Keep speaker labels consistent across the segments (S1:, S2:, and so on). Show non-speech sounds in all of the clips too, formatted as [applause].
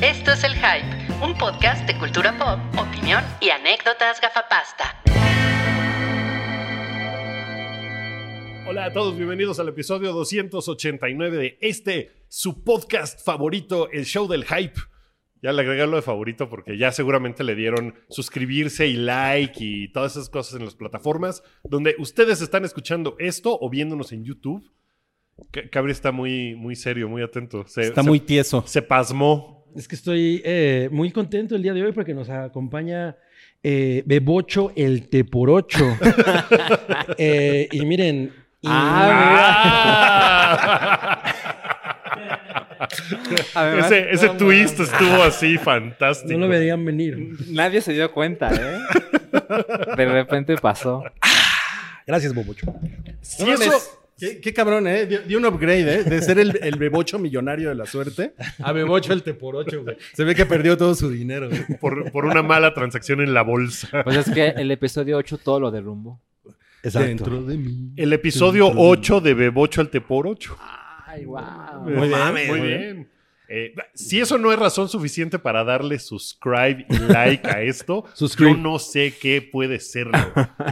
S1: Esto es El Hype, un podcast de cultura pop, opinión y anécdotas gafapasta.
S2: Hola a todos, bienvenidos al episodio 289 de este, su podcast favorito, el show del hype. Ya le agregué lo de favorito porque ya seguramente le dieron suscribirse y like y todas esas cosas en las plataformas donde ustedes están escuchando esto o viéndonos en YouTube. C- Cabri está muy, muy serio, muy atento. Se-
S3: Está
S2: se-
S3: muy tieso.
S2: Se pasmó.
S4: [laughs] Es que estoy eh, muy contento el día de hoy porque nos acompaña eh, Bebocho el Teporocho. Eh, y miren. y-
S2: Ah,
S3: Además,
S2: ese ese
S3: no,
S2: twist estuvo así fantástico.
S4: no lo verían venir.
S3: mames. Nadie se dio cuenta, ¿eh?
S2: [laughs]
S3: De repente pasó.
S4: Gracias, Bebocho.
S2: Si
S5: No
S2: eso-
S5: mames, Qué, qué cabrón, ¿eh? Dio, dio un upgrade, ¿eh? De ser el, el bebocho millonario de la suerte a bebocho el teporocho, güey. Se ve que perdió todo su dinero, ¿eh? güey.
S2: por, por una mala transacción en la bolsa.
S6: Pues es que el episodio 8 todo lo derrumbó.
S4: Exacto.
S5: Dentro de mí.
S2: El episodio 8 de Bebocho al Teporocho.
S6: Ay, wow.
S5: Muy bien,
S2: Muy bien. Eh, si eso no es razón suficiente para darle subscribe y like a esto, yo
S4: Suscribe.
S2: no sé qué puede serlo.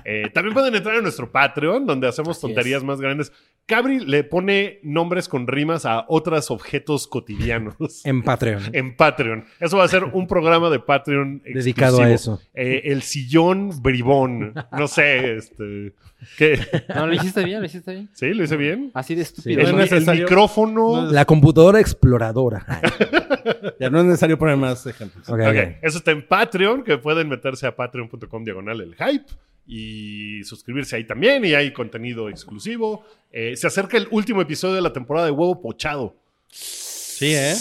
S2: Eh, también pueden entrar a nuestro Patreon, donde hacemos tonterías más grandes. Cabri le pone nombres con rimas a otros objetos cotidianos.
S4: [laughs] En Patreon.
S2: en Patreon. Eso va a ser un programa de Patreon
S4: [laughs] Dedicado a
S2: exclusivo.
S4: eso.
S2: Eh, el sillón bribón. No sé, este. ¿qué?
S6: No, lo hiciste bien, lo hiciste bien.
S2: ¿Sí? ¿Lo hice bien?
S6: Así de
S2: El,
S6: estúpido.
S5: Sí.
S2: el
S5: No es necesario.
S2: micrófono.
S4: La computadora exploradora.
S5: Ya no es necesario poner más ejemplos.
S4: Ok,
S2: Ok,
S4: ok.
S2: Eso está en Patreon, que pueden meterse a patreon.com diagonal el hype y suscribirse ahí también y hay contenido exclusivo. Eh, se acerca el último episodio de la temporada de Huevo Pochado.
S5: Sí, ¿eh?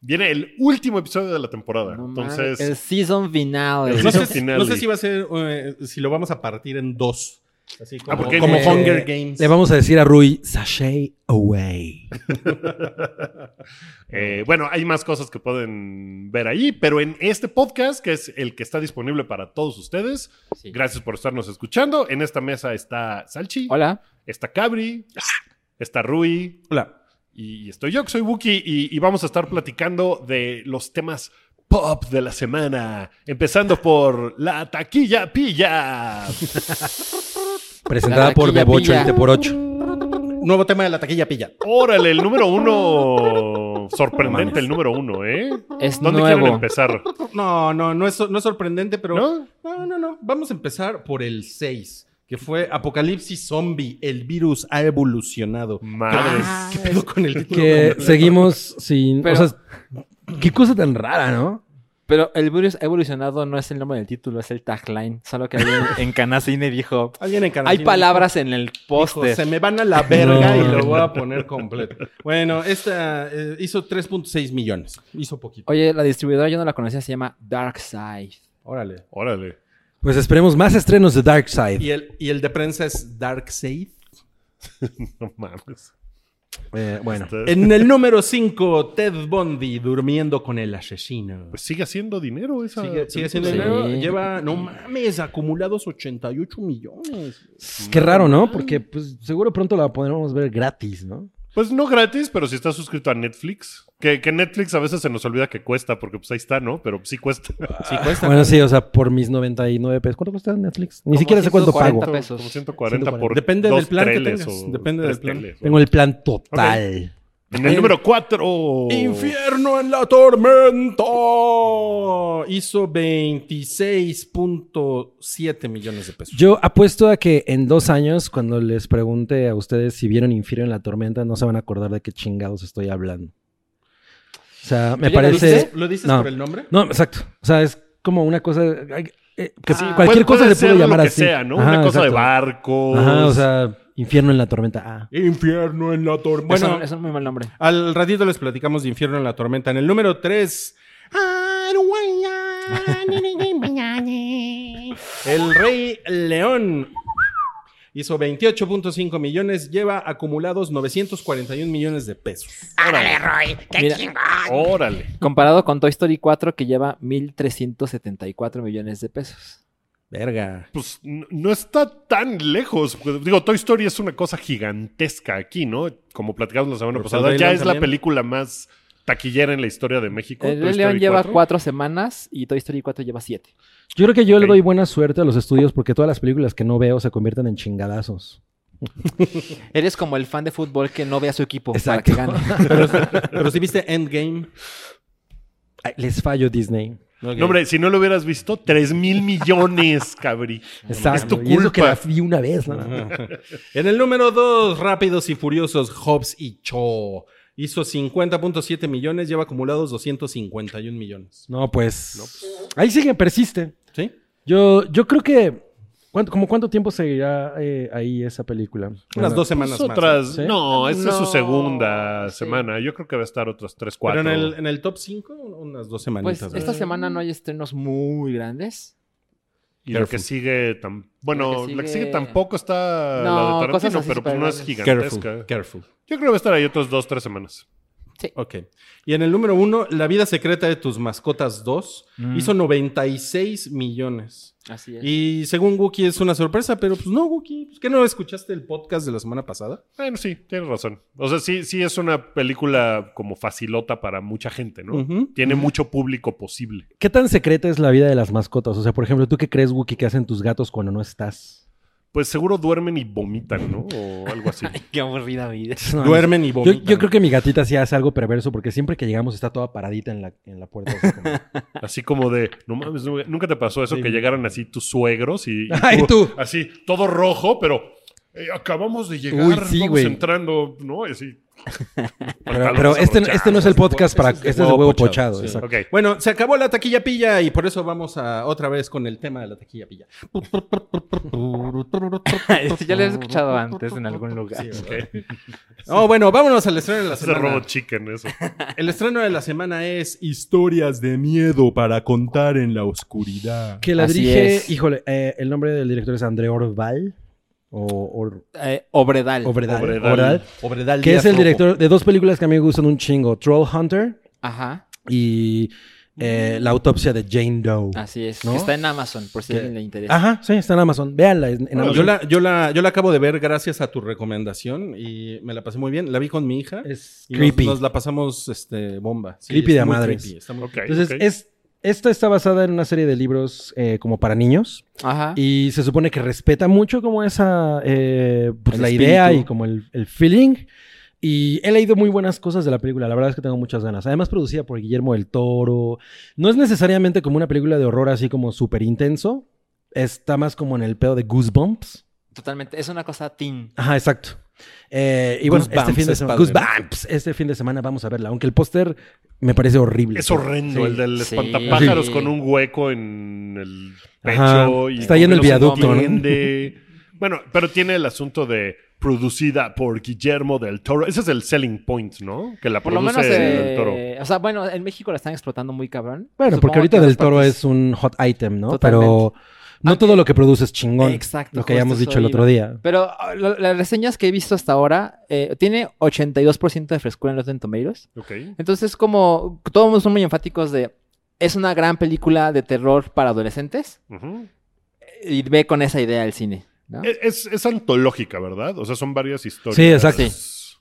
S2: Viene el último episodio de la temporada.
S6: No mames,
S2: Entonces,
S6: el season finale.
S2: El
S5: No
S2: season
S5: sé, si-
S2: finale.
S5: no sé si va a ser, eh, si lo vamos a partir en dos. Así como,
S2: porque-
S5: como
S2: Eh,
S5: Hunger Games.
S4: Le vamos a decir a Rui, sashay away.
S2: eh, bueno, hay más cosas que pueden ver ahí, pero en este podcast, que es el que está disponible para todos ustedes,
S6: Sí.
S2: gracias por estarnos escuchando. En esta mesa está Salchi,
S6: Hola.
S2: está Cabri, está Rui,
S5: Hola.
S2: Y estoy yo, que soy Buki, y, y vamos a estar platicando de los temas pop de la semana. Empezando por la taquilla pilla.
S4: Presentada
S6: La
S4: por
S6: taquilla
S4: Bebocho
S6: pilla.
S4: el Teporocho.
S5: Nuevo tema de la taquilla pilla.
S2: Órale, el número uno. Sorprendente el número uno, ¿eh?
S6: Es
S2: ¿Dónde quieren
S6: nuevo.
S2: empezar?
S5: No, no, no es, so- no es sorprendente, pero.
S2: ¿No?
S5: No, no, no. Vamos a empezar por el 6, que fue Apocalipsis Zombie. El virus ha evolucionado.
S2: Madres.
S6: Ah,
S5: ¿Qué pedo con el título?
S4: Que
S5: completo?
S4: seguimos sin...
S6: Pero-
S4: o sea, qué cosa tan rara, ¿no?
S6: Pero el virus evolucionado no es el nombre del título, es el tagline. Solo que
S2: [laughs]
S6: alguien en Canacine dijo:
S5: Alguien en Canadá
S6: Hay
S5: dijo,
S6: palabras en el
S5: "Hijo, Se
S6: póster.
S5: me van a la verga
S4: No.
S5: y lo voy a poner completo. Bueno, esta eh, hizo 3.6 millones. Hizo poquito.
S6: Oye, la distribuidora yo no la conocía, se llama Darkseid.
S5: Órale.
S2: Órale.
S4: Pues esperemos más estrenos de Dark Side.
S5: Y el, y el de prensa es Darkseid.
S2: No mames.
S4: Eh, bueno.
S2: Está-
S5: En el número 5, Ted Bundy durmiendo con el asesino.
S2: Pues sigue haciendo dinero esa.
S5: Sigue, sigue
S2: película.
S5: siendo
S6: Sí.
S5: dinero. Lleva, no mames, acumulados 88 millones.
S4: Qué raro, ¿no? Porque pues seguro pronto la podremos ver gratis, ¿no?
S2: Pues no gratis, pero si estás suscrito a Netflix. Que, que Netflix a veces se nos olvida que cuesta, porque pues ahí está, ¿no? Pero sí cuesta.
S5: Sí, cuesta.
S4: Bueno, sí, o sea, por mis 99 pesos. ¿Cuánto cuesta Netflix? Ni
S6: Como
S4: siquiera sé cuánto
S6: 140
S4: pago.
S6: pesos.
S2: Como 140 por
S5: Depende
S2: dos
S5: del plan que
S2: teles
S5: tengas.
S2: o
S5: Depende
S2: tres
S5: del plan.
S2: teles, ¿no?
S4: Tengo el plan total.
S2: En el número
S6: Oh.
S2: 4.
S5: Infierno en la tormenta. Hizo 26.7 millones de pesos.
S4: Yo apuesto a que en dos años, cuando les pregunte a ustedes si vieron Infierno en la Tormenta, no se van a acordar de qué chingados estoy hablando. O sea, me
S6: ¿Tú ya la
S4: parece...
S6: viste?
S5: ¿Lo dices
S4: no.
S5: por el nombre?
S4: No, exacto. O sea, es como una cosa... eh, eh, que
S2: Sí,
S4: cualquier
S2: Ah, pues puede-
S4: cosa
S2: puede
S4: se puede
S2: ser
S4: llamar
S2: lo que
S4: así.
S2: sea, ¿no?
S4: Ajá,
S2: Una cosa de
S4: exacto.
S2: barcos.
S4: Ajá, o sea, Infierno en la Tormenta. Ah.
S5: Infierno en la tormenta.
S6: Bueno,
S5: Bueno,
S6: es un muy mal nombre.
S5: al ratito les platicamos de Infierno en la tormenta. En el número 3, [laughs] el Rey León. Hizo 28.5 millones, lleva acumulados 941 millones de pesos.
S1: Árale, Roy, qué
S6: Mira.
S1: chingón.
S2: Órale.
S6: Comparado con Toy Story 4, que lleva 1.374 millones de pesos.
S5: Verga.
S2: Pues n- no está tan lejos. Digo, Toy Story es una cosa gigantesca aquí, ¿no? Como platicamos la semana
S5: Pero
S2: pasada,
S5: Rey
S2: ya
S5: León
S2: es la
S5: también.
S2: película más taquillera en la historia de México.
S6: El
S2: Toy
S6: Rey León
S2: Story
S6: Eh, lleva
S2: 4.
S6: cuatro semanas y Toy Story 4 lleva siete.
S4: Yo creo que yo le
S2: Ok.
S4: doy buena suerte a los estudios porque todas las películas que no veo se convierten en chingadazos.
S6: Eres como el fan de fútbol que no ve a su equipo
S4: Exacto.
S6: para que gane.
S5: Pero, pero si viste Endgame.
S4: Ay, Les fallo Disney.
S5: Ok.
S2: No, hombre, si no lo hubieras visto, 3 mil millones, [laughs] cabrí.
S4: Exacto.
S2: tu
S4: Y eso que
S2: culpa.
S4: la vi una vez. nada más.
S5: En el número 2, Rápidos y Furiosos, Hobbs y Cho. Hizo 50.7 millones, lleva acumulados 251 millones.
S4: No, pues. Ahí sigue, persiste.
S5: ¿Sí?
S4: Yo, yo creo que. ¿cuánto, como cuánto tiempo seguirá eh, ahí esa película?
S5: Unas dos
S2: Pues
S5: semanas más.
S2: otras,
S4: ¿sí?
S2: No, esta es su
S6: No,
S2: segunda
S6: sí.
S2: semana. Yo creo que va a estar otras 3, 4.
S5: Pero en el, en el top 5, unas dos
S6: Pues
S5: semanitas.
S6: esta semana no hay estrenos muy grandes.
S2: Y la que sigue tan. Bueno,
S6: La que
S2: la que
S6: sigue-
S2: sigue tampoco está
S6: No,
S2: la de
S6: cosas
S2: Tarantino,
S6: así
S2: pero pues no es
S6: supergrandes.
S2: gigantesca.
S5: Careful.
S2: Yo creo que va a estar ahí otras 2, 3 semanas.
S5: Ok. Y en el número 1, La vida secreta de tus mascotas 2,
S6: Mm.
S5: hizo 96 millones.
S6: Así es.
S5: Y según Wookie es una sorpresa, pero pues no, Wookie. Pues, ¿Qué no escuchaste el podcast de la semana pasada?
S2: Bueno, sí, tienes razón. O sea, sí, sí es una película como facilota para mucha gente, ¿no?
S5: Ujú.
S2: Tiene mucho público posible.
S4: ¿Qué tan secreta es la vida de las mascotas? O sea, por ejemplo, ¿tú qué crees, Wookie, que hacen tus gatos cuando no estás?
S2: Pues seguro duermen y vomitan, ¿no? O algo
S6: [laughs]
S2: así.
S6: Qué aburrida vida. [laughs]
S4: No,
S5: Duermen y
S4: yo-
S5: vomitan.
S4: Yo, creo que mi gatita sí hace algo perverso porque siempre que llegamos está toda paradita en la, en la puerta. así [laughs] como-
S2: Así como de, no
S4: [laughs]
S2: mames, nu- nunca te pasó eso que llegaran así tus suegros y, y
S4: Ay, tú.
S2: así todo rojo, pero eh, acabamos de llegar,
S4: Uy, sí,
S2: vamos
S4: güey.
S2: entrando, ¿no? Así.
S4: Pero, pero este, no- este no es el podcast para... Este es el huevo pochado.
S5: sí.
S4: exacto.
S2: Ok,
S5: Bueno, se acabó la taquilla pilla y por eso vamos a otra vez con el tema de la taquilla pilla.
S6: Esto ya lo he escuchado antes en algún lugar.
S5: Oh, bueno, vámonos al
S4: [laughs]
S5: estreno de la
S2: es de
S5: semana.
S2: Robot Chicken eso.
S5: El estreno de la semana es Historias de miedo para contar en la oscuridad.
S4: Que la
S6: Así
S4: dirige,
S6: es.
S4: híjole, eh, el nombre del director es André Orval. O, Or-
S6: Eh, Obredal.
S4: Obredal.
S2: Obredal.
S4: Obredal,
S5: Obredal
S4: Que
S5: Díaz
S4: es el
S5: Rojo.
S4: director de dos películas que a mí me gustan un chingo: Troll Hunter
S6: Ajá,
S4: y eh, La autopsia de Jane Doe.
S6: así es.
S4: ¿No?
S6: Está en Amazon, por si
S4: ¿Qué?
S6: a alguien le interesa.
S4: Ajá, sí, está en Amazon. Véanla en, en
S5: No,
S4: Amazon.
S5: yo, la, yo, la, yo la acabo de ver gracias a tu recomendación y me la pasé muy bien. La vi con mi hija.
S4: Es
S5: y nos-
S4: creepy.
S5: Nos, la pasamos este, bomba. Sí,
S4: Creepy
S5: es
S4: de
S5: muy
S4: madres.
S5: creepy, está muy
S2: Ok,
S4: Entonces,
S2: ok.
S4: es, esta está basada en una serie de libros eh, como para niños.
S6: Ajá.
S4: Y se supone que respeta mucho como esa, eh, pues,
S5: El
S4: la
S5: espíritu.
S4: idea y como el, el feeling. Y he leído muy buenas cosas de la película, la verdad es que tengo muchas ganas. Además producida por Guillermo del Toro. No es necesariamente como una película de horror así como súper intenso. Está más como en el pedo de Goosebumps.
S6: Totalmente. Es una cosa teen.
S4: Ajá, exacto. Eh, y bueno,
S5: Goosebumps
S4: este fin, de
S5: es
S4: semana,
S5: padre, ¿no?
S4: Goosebumps, este fin de semana vamos a verla, aunque el póster me parece horrible.
S2: Es horrendo
S6: Sí,
S2: el del
S6: sí.
S2: espantapájaros
S6: Sí.
S2: con un hueco en el pecho
S4: Ajá,
S2: y
S4: está ahí en el
S2: no se
S4: viaducto, ¿no?
S2: entiende. Bueno, pero tiene el asunto de producida por Guillermo del Toro. Ese es el selling point, ¿no? Que la
S6: Por lo
S2: produce
S6: menos.
S2: del
S6: eh,
S2: Toro.
S6: O sea, bueno, en México la están explotando muy cabrón.
S4: Bueno, porque ahorita del toro es un hot item, ¿no? Pero no todo lo que produce es chingón.
S6: Exacto,
S4: Lo que
S6: justo
S4: habíamos
S6: eso
S4: dicho el
S6: iba.
S4: otro día.
S6: Pero ah, lo- las reseñas que he visto hasta ahora eh, tiene 82% de frescura en Rotten Tomatoes.
S2: Ok.
S6: Entonces, como todos son muy enfáticos de. Es una gran película de terror para adolescentes.
S2: Ujú.
S6: Y ve con esa idea el cine. ¿no?
S2: Es, E-, es- es antológica, ¿verdad? O sea, son varias historias.
S4: Sí, exacto.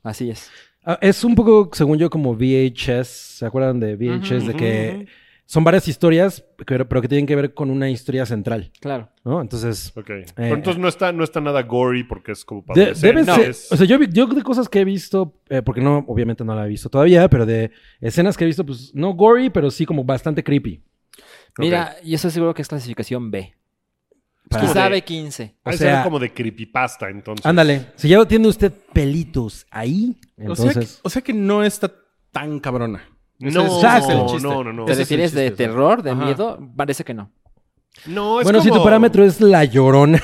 S6: Así es.
S4: Ah, Es un poco, según yo, como VHS. ¿Se acuerdan de VHS? de
S2: Ujú,
S4: que son varias historias, pero, pero que tienen que ver con una historia central,
S6: Claro.
S4: ¿no? Entonces,
S2: Ok. Pero entonces no está, no está nada gory porque es como para
S4: Eh, de- debe
S2: adolescentes.
S4: ser- O sea, yo, vi- yo de cosas que he visto, eh, porque no, obviamente no la he visto todavía, pero de escenas que he visto, pues no gory, pero sí como bastante creepy.
S2: Ok.
S6: Mira, yo estoy seguro que es clasificación B.
S2: Es como
S6: Quizá
S2: de-
S6: B15.
S2: ha
S4: o
S2: de ser
S4: sea-
S2: como de creepypasta, entonces.
S4: Ándale, si ya tiene usted pelitos ahí,
S5: O, sea que,
S4: entonces...
S5: o sea que no está tan cabrona.
S2: No,
S5: Ese es el
S2: no,
S5: chiste.
S2: no, no, no.
S6: ¿Te
S5: Ese es el
S6: refieres de
S5: chiste, o sea.
S6: terror, de
S5: Ajá.
S6: miedo? Parece que no.
S2: No, es
S4: Bueno, si tu
S2: como-
S4: parámetro es la llorona.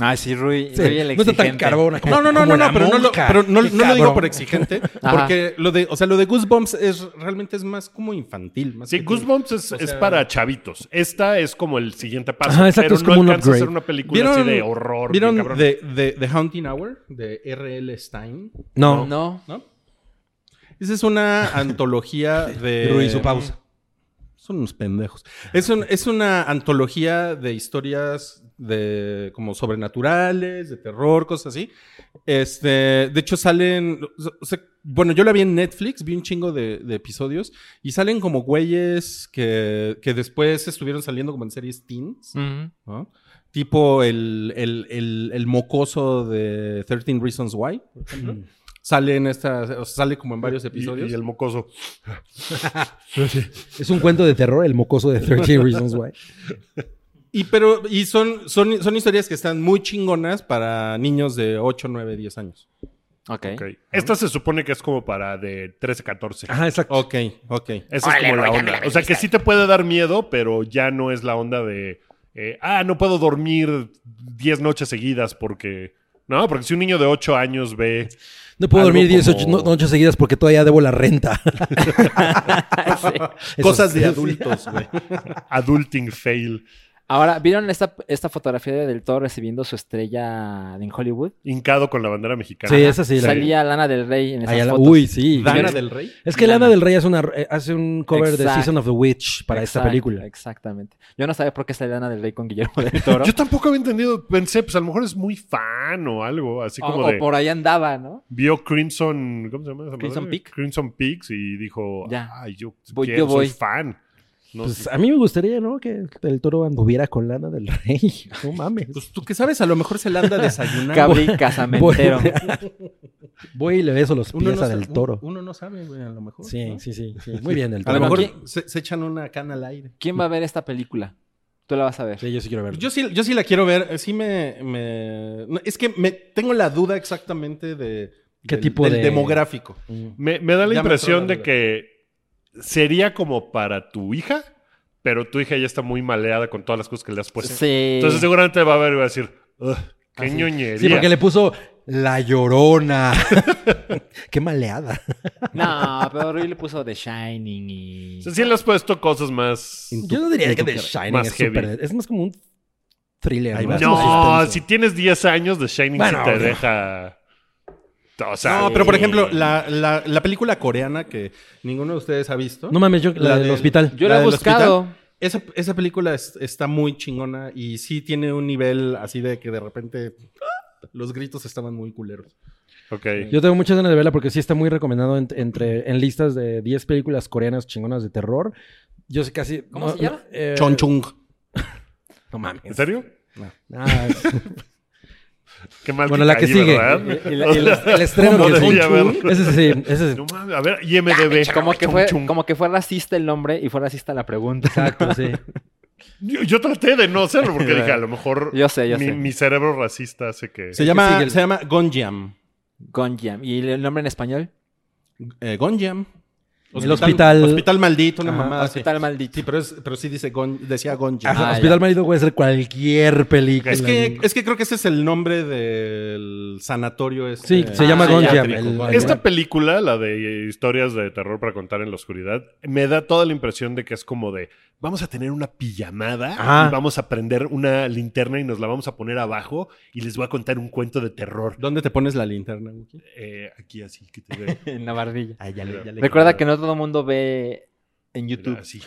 S6: Ay, sí, Rui.
S4: Sí, no está tan carbona. como-
S5: No, no, no,
S4: como
S5: no, no,
S4: la
S5: pero no lo,
S4: monja.
S5: pero no-
S4: Qué
S5: no lo digo
S4: cabrón.
S5: por
S4: [laughs]
S5: exigente, porque lo de, o sea, lo de Goosebumps es realmente es más como infantil. Más
S2: Sí,
S5: que-
S2: Goosebumps es,
S5: o
S2: es
S5: sea-
S2: para chavitos. Esta es como el siguiente paso.
S4: Ajá, exacto,
S2: pero
S4: es como
S2: no
S4: un
S2: alcanza a ser
S4: upgrade.
S2: una película
S5: ¿Vieron,
S2: así de horror.
S5: ¿vieron
S2: bien cabrón.
S5: de, de- de Haunting Hour de R.L. Stein?
S4: No.
S6: No.
S5: ¿No? Esa es una antología de.
S4: pausa.
S5: Son unos pendejos. Es, un- es una antología de historias de como sobrenaturales, de terror, cosas así. Este, de hecho salen, o sea, bueno, yo la vi en Netflix, vi un chingo de, de episodios y salen como güeyes que, que después estuvieron saliendo como en series teens,
S6: Ujú.
S5: ¿no? Tipo el, el, el, el mocoso de 13 Reasons Why, por ejemplo. Sale en esta, o sea, sale como en varios episodios.
S2: Y, y el mocoso.
S4: Es un cuento de terror, el mocoso de [laughs] 13 Reasons Why.
S5: Y pero y son, son, son historias que están muy chingonas para niños de 8, 9, 10 años.
S6: Ok.
S2: Ok. Esta se supone que es como para de 13, 14.
S4: Ajá, exacto.
S5: Ok, ok.
S2: Esa
S1: Órale,
S2: es como la
S1: Roy,
S2: onda.
S1: dame la
S2: O sea, que
S1: revista.
S2: sí te puede dar miedo, pero ya no es la onda de, eh, ah, no puedo dormir 10 noches seguidas porque... No, porque si un niño de 8 años ve...
S4: No puedo
S2: Algo
S4: dormir 18
S2: como-
S4: no- noches seguidas porque todavía debo la renta. Eso
S5: Cosas
S4: es-
S5: de adultos, güey.
S2: Adulting fail.
S6: Ahora, ¿vieron esta, esta fotografía de Del Toro recibiendo su estrella en Hollywood?
S2: Hincado con la bandera mexicana.
S4: Sí, esa sí la vi.
S6: Salía Lana del Rey en esas
S4: Ayala-
S6: fotos.
S4: Uy, sí.
S5: Dana del Rey.
S4: Es que Lana del Rey hace, una, eh, hace un cover de
S6: Exacto.
S4: Season of the Witch para esta
S6: Exacto,
S4: película. Pues,
S6: Exactamente. Yo no sabía por qué salía Lana del Rey con Guillermo
S2: [laughs]
S6: del Toro.
S2: Yo tampoco había entendido, pensé, pues a lo mejor es muy fan o algo, así
S6: o,
S2: como
S6: o
S2: de...
S6: por ahí andaba, ¿no?
S2: Vio Crimson, ¿cómo se llama esa madre?
S6: Crimson Peak.
S2: Crimson Peaks y dijo,
S6: Ya.
S2: ay, yo,
S6: Voy-
S2: quiero,
S6: yo voy.
S2: soy fan. No
S4: Pues
S2: sé.
S4: a mí me gustaría, ¿no? Que el toro anduviera con Lana del Rey. [laughs] No mames.
S5: Pues tú que sabes, a lo mejor se la anda desayunando.
S6: Cabri Casamentero.
S4: [laughs] Voy y le beso los pies a
S5: sa-
S4: del toro.
S5: Uno no sabe, güey, a lo mejor.
S4: sí,
S5: ¿no?
S4: sí, sí, sí. Muy bien, del
S5: A
S4: toro.
S5: lo
S6: Bueno,
S5: mejor se, se echan una cana al aire.
S6: ¿Quién va a ver esta película? Tú la vas a ver.
S4: Sí, yo sí quiero verlo.
S5: Yo sí, yo sí la quiero ver. eh, Sí me. me- no, es que me tengo la duda exactamente de.
S4: ¿Qué
S5: del-
S4: tipo
S5: del
S4: de-
S5: demográfico.
S4: Mm.
S2: Me, me da la
S5: Ya me
S2: impresión
S5: entró la
S2: de que sería como para tu hija, pero tu hija ya está muy maleada con todas las cosas que le has puesto.
S6: Sí.
S2: pues Entonces seguramente va a ver y va a decir, "Ugh, qué
S6: Ah, sí.
S2: ñoñería.
S4: Sí, porque le puso La Llorona. [laughs] Qué maleada.
S6: No, pero Rui le puso The Shining y.
S2: O sea, sí le has puesto cosas más...
S4: Yo no diría que The Shining
S2: más
S4: es
S2: heavy.
S4: súper... Es más como un thriller.
S5: Ahí
S4: ¿no?
S5: va.
S4: Es como
S2: No,
S4: suspenso.
S2: si tienes 10 años, The Shining
S4: Bueno,
S2: sí te
S4: no.
S2: deja... O sea,
S5: No, pero por ejemplo, la, la, la película coreana que ninguno de ustedes ha visto.
S4: No mames, yo, la,
S5: La
S4: del
S5: del-
S4: hospital.
S6: Yo la, he
S5: del
S6: buscado.
S5: Esa, esa película es- está muy chingona y sí tiene un nivel así de que de repente ah, los gritos estaban muy culeros.
S2: Ok.
S4: Yo tengo muchas ganas de verla porque sí está muy recomendado en, entre, en listas de 10 películas coreanas chingonas de terror. Yo sé casi.
S6: ¿Cómo
S4: no-
S6: se llama?
S4: no, eh,
S5: Chon Chung.
S4: No mames.
S2: ¿En serio?
S4: Ah,
S2: Qué mal
S4: bueno, la que
S2: caí,
S4: sigue.
S2: ¿verdad? [laughs]
S4: El, el- el estreno
S2: ¿Cómo
S4: que
S2: debí
S4: sigue.
S2: haber?
S4: Ese sí,
S2: [laughs]
S4: ese sí.
S2: No mames, a ver, IMDB.
S6: Como que,
S2: Chum,
S6: fue,
S2: chum.
S6: como que fue racista el nombre y fue racista la pregunta.
S4: Exacto, sí.
S2: Yo, yo traté de no hacerlo porque dije, a lo mejor
S6: [laughs] Yo sé, yo
S2: mi,
S6: sé.
S2: mi cerebro racista hace que...
S5: Se llama,
S4: sigue el-
S5: se llama Gonjam.
S6: Gonjiam. ¿Y el nombre en español?
S5: Eh, Gonjam.
S4: El hospital-
S5: Hospital maldito, una
S4: Ajá,
S5: mamada así.
S6: Hospital maldito. [laughs]
S5: Sí, pero, es- pero sí dice Gon- decía Gonjam.
S4: Ajá,
S6: Ah,
S4: hospital
S6: ya.
S4: Marido puede ser cualquier película.
S5: es, que, es que creo que ese es el nombre del sanatorio. este,
S4: Sí, se llama
S5: ah,
S4: Gonjam,
S5: psiquiátrico,
S4: el-
S5: Gonjam.
S2: Esta película, la de historias de terror para contar en la oscuridad, me da toda la impresión de que es como de vamos a tener una pijamada
S4: Ajá.
S2: y vamos a prender una linterna y nos la vamos a poner abajo y les voy a contar un cuento de terror.
S5: ¿Dónde te pones la linterna, Wookie?
S2: Eh, aquí así que te veo.
S4: [laughs]
S6: En la barbilla.
S2: le- Ah, ya
S6: Recuerda que no todo el mundo ve en YouTube.
S2: Mira, así.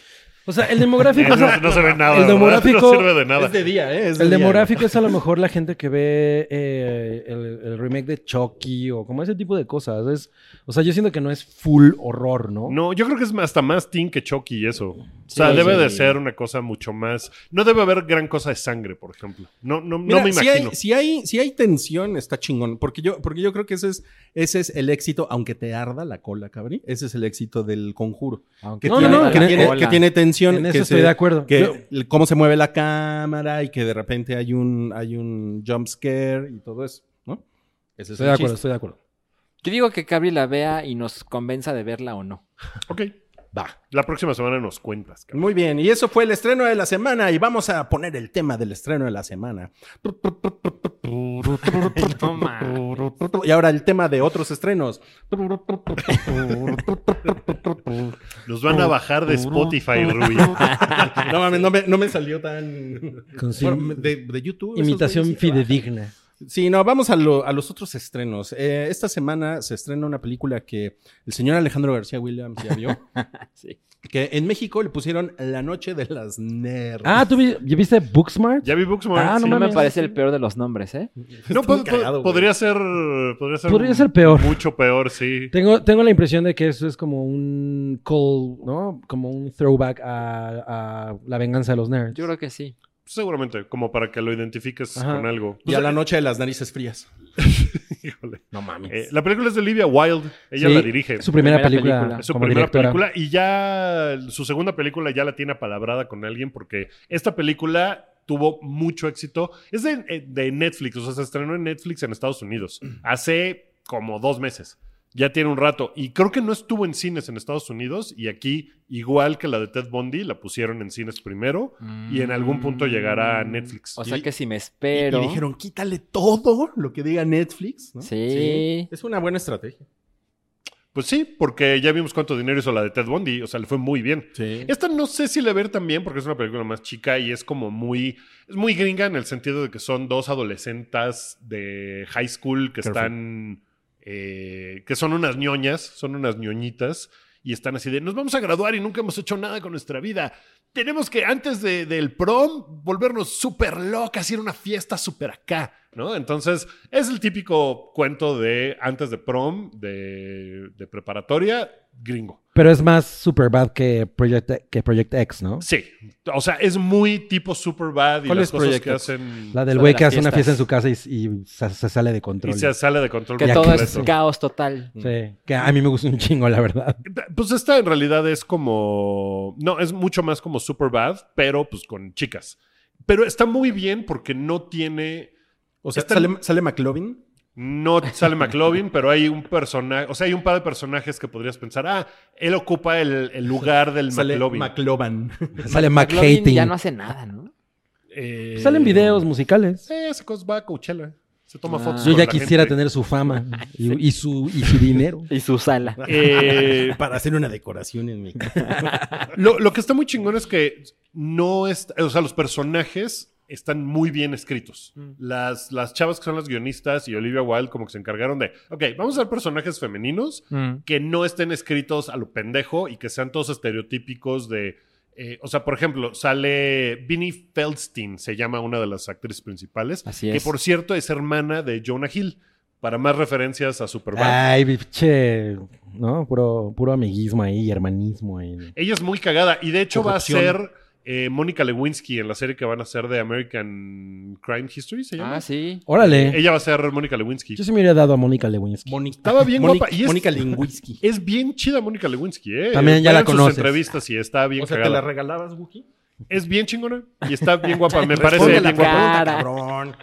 S4: O sea, el
S2: Eh,
S4: demográfico. o sea,
S2: no, no se ve nada.
S4: el
S2: ¿verdad? [laughs] No
S4: demográfico-
S2: sirve de nada.
S5: Es de día, ¿eh? Es de
S4: el
S5: día.
S4: demográfico es a lo mejor la gente que ve eh, el, el remake de Chucky o como ese tipo de cosas. Es- o sea, yo siento que no es full horror, ¿no?
S2: No, yo creo que es hasta más teen que Chucky y eso. O sea,
S6: Sí,
S2: debe
S6: sí.
S2: de ser una cosa mucho más. No debe haber gran cosa de sangre, por ejemplo. No, no,
S5: Mira,
S2: no me
S5: si
S2: imagino.
S5: Hay, si, hay, si hay tensión, está chingón. Porque yo, porque yo creo que ese es, ese es el éxito, aunque te arda la cola, cabrí. Ese es el éxito del conjuro.
S6: Aunque
S5: Que,
S4: No,
S5: tiene,
S4: no, no,
S5: que,
S4: en-
S5: tiene, que tiene tensión.
S4: En
S5: que
S4: eso estoy
S5: se-
S4: de acuerdo.
S5: que
S4: Yo-
S5: el- cómo se mueve la cámara y que de repente hay un, hay un jump scare y todo eso, ¿no? Ese es
S4: estoy
S5: el
S4: de acuerdo,
S5: chiste.
S4: estoy de acuerdo.
S6: Yo digo que Cabri la vea y nos convenza de verla o no.
S2: Ok.
S5: Va.
S2: La próxima semana nos cuentas, cabrón.
S5: Muy bien, y eso fue el estreno de la semana y vamos a poner el tema del estreno de la semana. Y ahora el tema de otros estrenos.
S2: Nos van a bajar de Spotify, Ruby.
S5: No mames, no me, no me salió tan. Bueno,
S4: Con sim-
S5: [laughs] de, de YouTube. esos
S4: Imitación
S5: güeyes sí te
S4: fidedigna.
S5: bajan. Sí, no, vamos a, lo- a los otros estrenos. Eh, esta semana se estrena una película que el señor Alejandro García Williams ya vio.
S6: Sí.
S5: Que en México le pusieron La Noche de las Nerds.
S4: Ah, ¿tú vi- ya viste Booksmart?
S2: Ya vi Booksmart.
S4: Ah, no
S2: sí.
S6: No me
S4: mames.
S6: parece el peor de los nombres, ¿eh?
S2: No,
S5: Está muy
S2: po- po-
S5: cagado, güey.
S2: podría ser. Podría ser,
S4: Podría ser peor.
S2: Mucho peor, sí.
S4: Tengo, tengo la impresión de que eso es como un call, ¿no? Como un throwback a, a la venganza de los nerds.
S6: Yo creo que sí.
S2: Seguramente, como para que lo identifiques
S4: Ajá.
S2: con algo.
S5: Y a La Noche de las Narices Frías.
S2: Híjole.
S5: No mames.
S2: Eh, la película es de Olivia Wilde. Ella
S4: Sí,
S2: la dirige.
S4: Su primera,
S6: Primera
S4: película,
S6: película.
S2: Es su
S4: Ah, como
S2: primera
S4: directora.
S2: película y ya su segunda película ya la tiene apalabrada con alguien porque esta película tuvo mucho éxito. Es de, eh, de Netflix, o sea, se estrenó en Netflix en Estados Unidos
S4: Mm.
S2: hace como dos meses. Ya tiene un rato. Y creo que no estuvo en cines en Estados Unidos y aquí, igual que la de Ted Bundy, la pusieron en cines primero y en algún punto llegará a Netflix.
S6: Mm. O
S5: Y-
S6: sea que si me
S5: Y-
S6: espero.
S5: Y, dijeron, quítale todo lo que diga Netflix. ¿no?
S6: Sí.
S5: Es una buena estrategia.
S2: Pues sí, porque ya vimos cuánto dinero hizo la de Ted Bundy, o sea, le fue muy bien.
S5: Sí.
S2: Esta no sé si la ver también porque es una película más chica y es como muy es muy gringa en el sentido de que son dos adolescentas de high school que
S5: Perfecto.
S2: están eh, que son unas ñoñas, son unas ñoñitas y están así de nos vamos a graduar y nunca hemos hecho nada con nuestra vida. Tenemos que antes de- del prom volvernos súper locas y ir a una fiesta súper acá, ¿no? Entonces es el típico cuento de antes de prom, de, de preparatoria, gringo.
S4: Pero es más Superbad que Project, que Project X, ¿no?
S2: Sí, o sea, es muy tipo Superbad y
S5: ¿Cuál
S2: las
S5: es
S2: cosas
S5: Project
S2: que
S5: X?
S2: hacen
S4: La
S6: O sea,
S4: del güey
S6: de
S4: que
S6: las
S4: hace una fiesta en
S6: fiestas.
S4: su casa y, y se, se sale de control.
S2: y se sale de control.
S6: Que
S4: Ya
S6: todo
S4: que
S6: es
S4: reto.
S6: caos total.
S4: Sí, que a mí me gusta un chingo, la
S6: [laughs]
S4: verdad.
S2: Pues esta en realidad es como, no, es mucho más como Superbad, pero pues con chicas. Pero está muy bien porque no tiene,
S5: O sea,
S2: Esta-
S5: sale, sale McLovin.
S2: no sale McLovin, [laughs] pero hay un personaje, o sea, hay un par de personajes que podrías pensar, ah, él ocupa el, el lugar del
S5: Sale
S2: McLovin.
S5: McLovan.
S4: Sale
S6: McLovin
S4: McHating.
S6: ya no hace nada, ¿no?
S2: Eh,
S4: Salen videos musicales.
S2: Sí, esa cosa va a Coachella. Se toma
S6: Ah.
S2: fotos.
S4: Yo
S2: con
S4: ya
S2: la
S4: quisiera
S2: gente.
S4: tener su
S6: [laughs]
S4: fama y, y su, y
S2: [laughs]
S4: su dinero.
S6: Y su sala.
S2: Eh,
S5: [laughs] Para hacer una decoración en mi casa.
S2: Lo, lo que está muy chingón es que no es, o sea, los personajes están muy bien escritos.
S6: Mm.
S2: Las, las chavas que son las guionistas y Olivia Wilde como que se encargaron de, ok, vamos a hacer personajes femeninos
S6: Mm.
S2: que no estén escritos a lo pendejo y que sean todos estereotípicos de, eh, o sea, por ejemplo, sale Vinnie Feldstein, se llama una de las actrices principales,
S6: Así
S2: que
S6: es.
S2: por cierto es hermana de Jonah Hill, para más referencias a Superman.
S6: Ah,
S4: Ay, biche. ¿No? Puro, puro amiguismo ahí, hermanismo ahí.
S2: Ella es muy cagada y de hecho va a
S5: Corrupción.
S2: ser eh, Mónica Lewinsky en la serie que van a hacer de American Crime History, ¿se llama?
S6: Ah, sí.
S4: Órale.
S2: Ella va a ser Mónica Lewinsky.
S4: Yo se me hubiera dado a Mónica Lewinsky.
S2: Estaba bien
S5: Mónica-
S2: guapa y es-
S5: Mónica Lewinsky.
S2: Es bien chida Mónica Lewinsky, ¿eh?
S4: También ya la
S2: Vean sus
S4: conoces.
S2: entrevistas y está [laughs] bien
S5: O sea, ¿te
S2: cagada.
S5: la regalabas, Wookie?
S2: Es bien chingona y está bien guapa, me parece
S5: Responde
S2: bien
S5: la
S2: guapa.
S5: pregunta,
S6: cara.
S5: cabrón.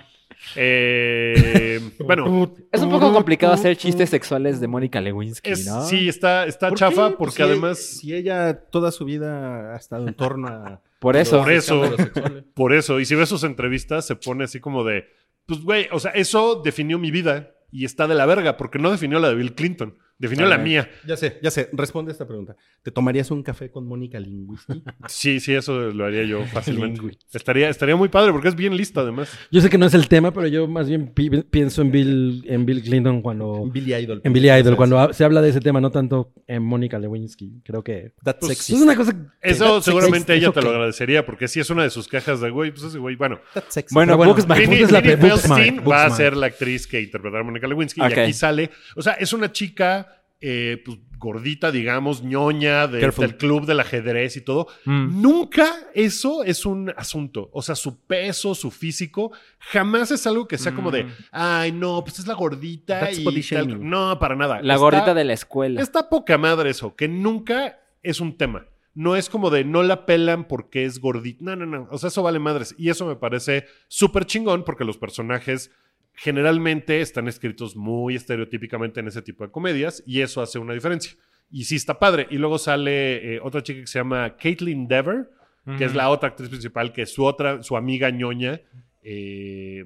S2: Eh, bueno,
S6: Es un poco complicado hacer chistes sexuales de Mónica Lewinsky,
S2: es-
S6: ¿no?
S2: sí, está, está
S5: ¿Por
S2: chafa
S5: qué?
S2: porque
S5: Si- e-
S2: además...
S5: Si ella toda su vida ha estado en torno a. [laughs]
S6: Por eso.
S2: Por eso.
S5: heterosexuales.
S2: [laughs] Por eso, y si ves sus entrevistas, se pone así como de, pues güey, o sea, eso definió mi vida y está de la verga, porque no definió la de Bill Clinton, definió la
S6: Ajá.
S2: mía.
S5: Ya sé, ya sé. Responde esta pregunta. ¿Te tomarías un café con Mónica
S4: [laughs]
S5: Lewinsky?
S2: Sí, sí, eso lo haría yo fácilmente. estaría, estaría muy padre, porque es bien lista además.
S4: [laughs] Yo sé que no es el tema, pero yo más bien pi- pienso en Bill, en Bill Clinton cuando.
S5: Billy Idol.
S4: En Billy Idol, cuando ha- se habla de ese tema, no tanto en Mónica Lewinsky. Creo que.
S5: That's
S2: Pues,
S5: sexy.
S4: Es una cosa.
S2: Eso seguramente ella te lo
S4: agradece.
S2: agradecería, porque sí es una de sus cajas de güey, pues ese güey, bueno.
S5: That's sexy.
S6: Bueno,
S4: Pero bueno,
S6: Booksmart.
S4: Vinny-
S2: Minnie,
S4: es la de Booksmart,
S2: Feldstein va a
S4: Booksmart.
S2: ser la actriz que interpretará a Mónica Lewinsky.
S6: Ok.
S2: Y aquí sale, o sea, es una chica eh, pues, gordita, digamos, ñoña, de-
S5: Careful.
S2: del club del ajedrez y todo.
S6: Mm.
S2: Nunca eso es un asunto. O sea, su peso, su físico, jamás es algo que sea como de,
S6: Mm.
S2: ay, no, pues es la gordita.
S5: That's
S2: y
S5: body
S2: tal".
S5: shaming.
S2: No, para nada. Está-
S6: La gordita de la escuela.
S2: Está poca madre eso, que nunca es un tema. No es como de no la pelan porque es gordita. No, no, no. O sea, eso vale madres. Y eso me parece súper chingón porque los personajes generalmente están escritos muy estereotípicamente en ese tipo de comedias y eso hace una diferencia. Y sí está padre. Y luego sale eh, otra chica que se llama Caitlin Dever, que es la otra actriz principal, que es su otra, su amiga ñoña. eh,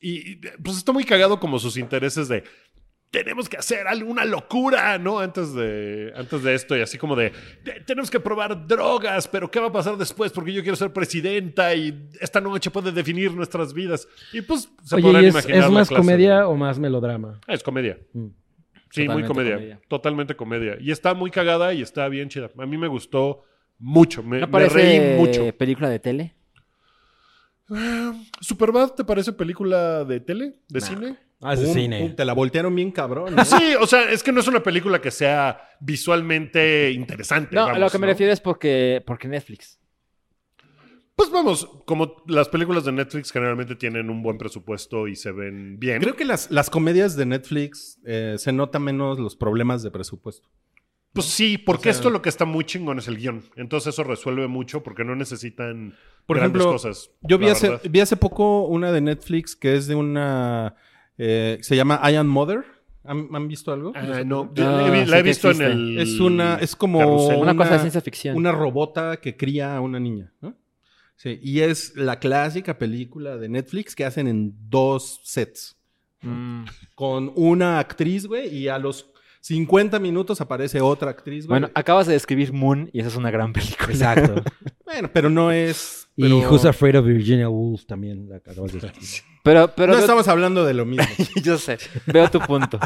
S2: y y, pues está muy cagado como sus intereses de tenemos que hacer alguna locura, ¿no? Antes de, antes de esto y así como de, "Te- tenemos que probar drogas, pero ¿qué va a pasar después? Porque yo quiero ser presidenta y esta noche puede definir nuestras vidas. Y pues se
S4: Oye,
S2: podrán
S4: ¿y es,
S2: imaginar
S4: es
S2: la
S4: más
S2: clase
S4: comedia
S2: de-
S4: o más melodrama?
S2: Ah, es comedia.
S4: Mm.
S2: Sí, muy
S6: Totalmente
S2: comedia.
S6: comedia.
S2: Totalmente comedia. Y está muy cagada y está bien chida. A mí me gustó mucho. Me,
S6: ¿No
S2: me
S6: parece
S2: reí mucho.
S6: película de tele?
S2: ¿Superbad te parece película de tele? ¿De cine?
S4: Ah,
S5: Pum, pum, [laughs] te la voltearon bien cabrón. [laughs] ¿no?
S2: Sí, o sea, es que no es una película que sea visualmente interesante.
S6: No, a
S2: vamos,
S6: lo que me
S2: ¿no?
S6: refiero es porque, porque Netflix.
S2: Pues vamos, como las películas de Netflix generalmente tienen un buen presupuesto y se ven bien.
S5: Creo que las, las comedias de Netflix eh, se nota menos los problemas de presupuesto.
S2: Pues sí, porque
S5: O sea-
S2: esto lo que está muy chingón es el guión. Entonces eso resuelve mucho porque no necesitan
S5: Por
S2: grandes
S5: ejemplo,
S2: cosas.
S5: Yo vi
S2: la
S5: hace,
S2: verdad.
S5: vi hace poco una de Netflix que es de una... eh, se llama I Am Mother. ¿Han, han visto algo?
S2: Ah, no, la
S6: Ah,
S2: he vi-
S6: sí
S2: la he
S6: que
S2: visto en
S6: existe.
S2: el.
S5: Es una... Es como
S2: Carrusel.
S6: Una,
S5: una,
S6: cosa de ciencia ficción.
S5: una robota que cría a una niña, ¿no? Sí, y es la clásica película de Netflix que hacen en dos sets.
S6: Mm.
S5: Con una actriz, güey, y a los 50 minutos aparece otra actriz, güey.
S6: Bueno, acabas de describir Moon y esa es una gran película.
S4: Exacto.
S5: Bueno, pero no es...
S4: y
S5: pero-
S4: Who's Afraid of Virginia Woolf también. La que acabas
S2: [laughs]
S4: de decir.
S6: [laughs] Pero,
S5: no
S6: pero veo-
S5: estamos hablando de lo
S6: [laughs]
S5: mismo.
S6: yo sé, veo tu [laughs] punto.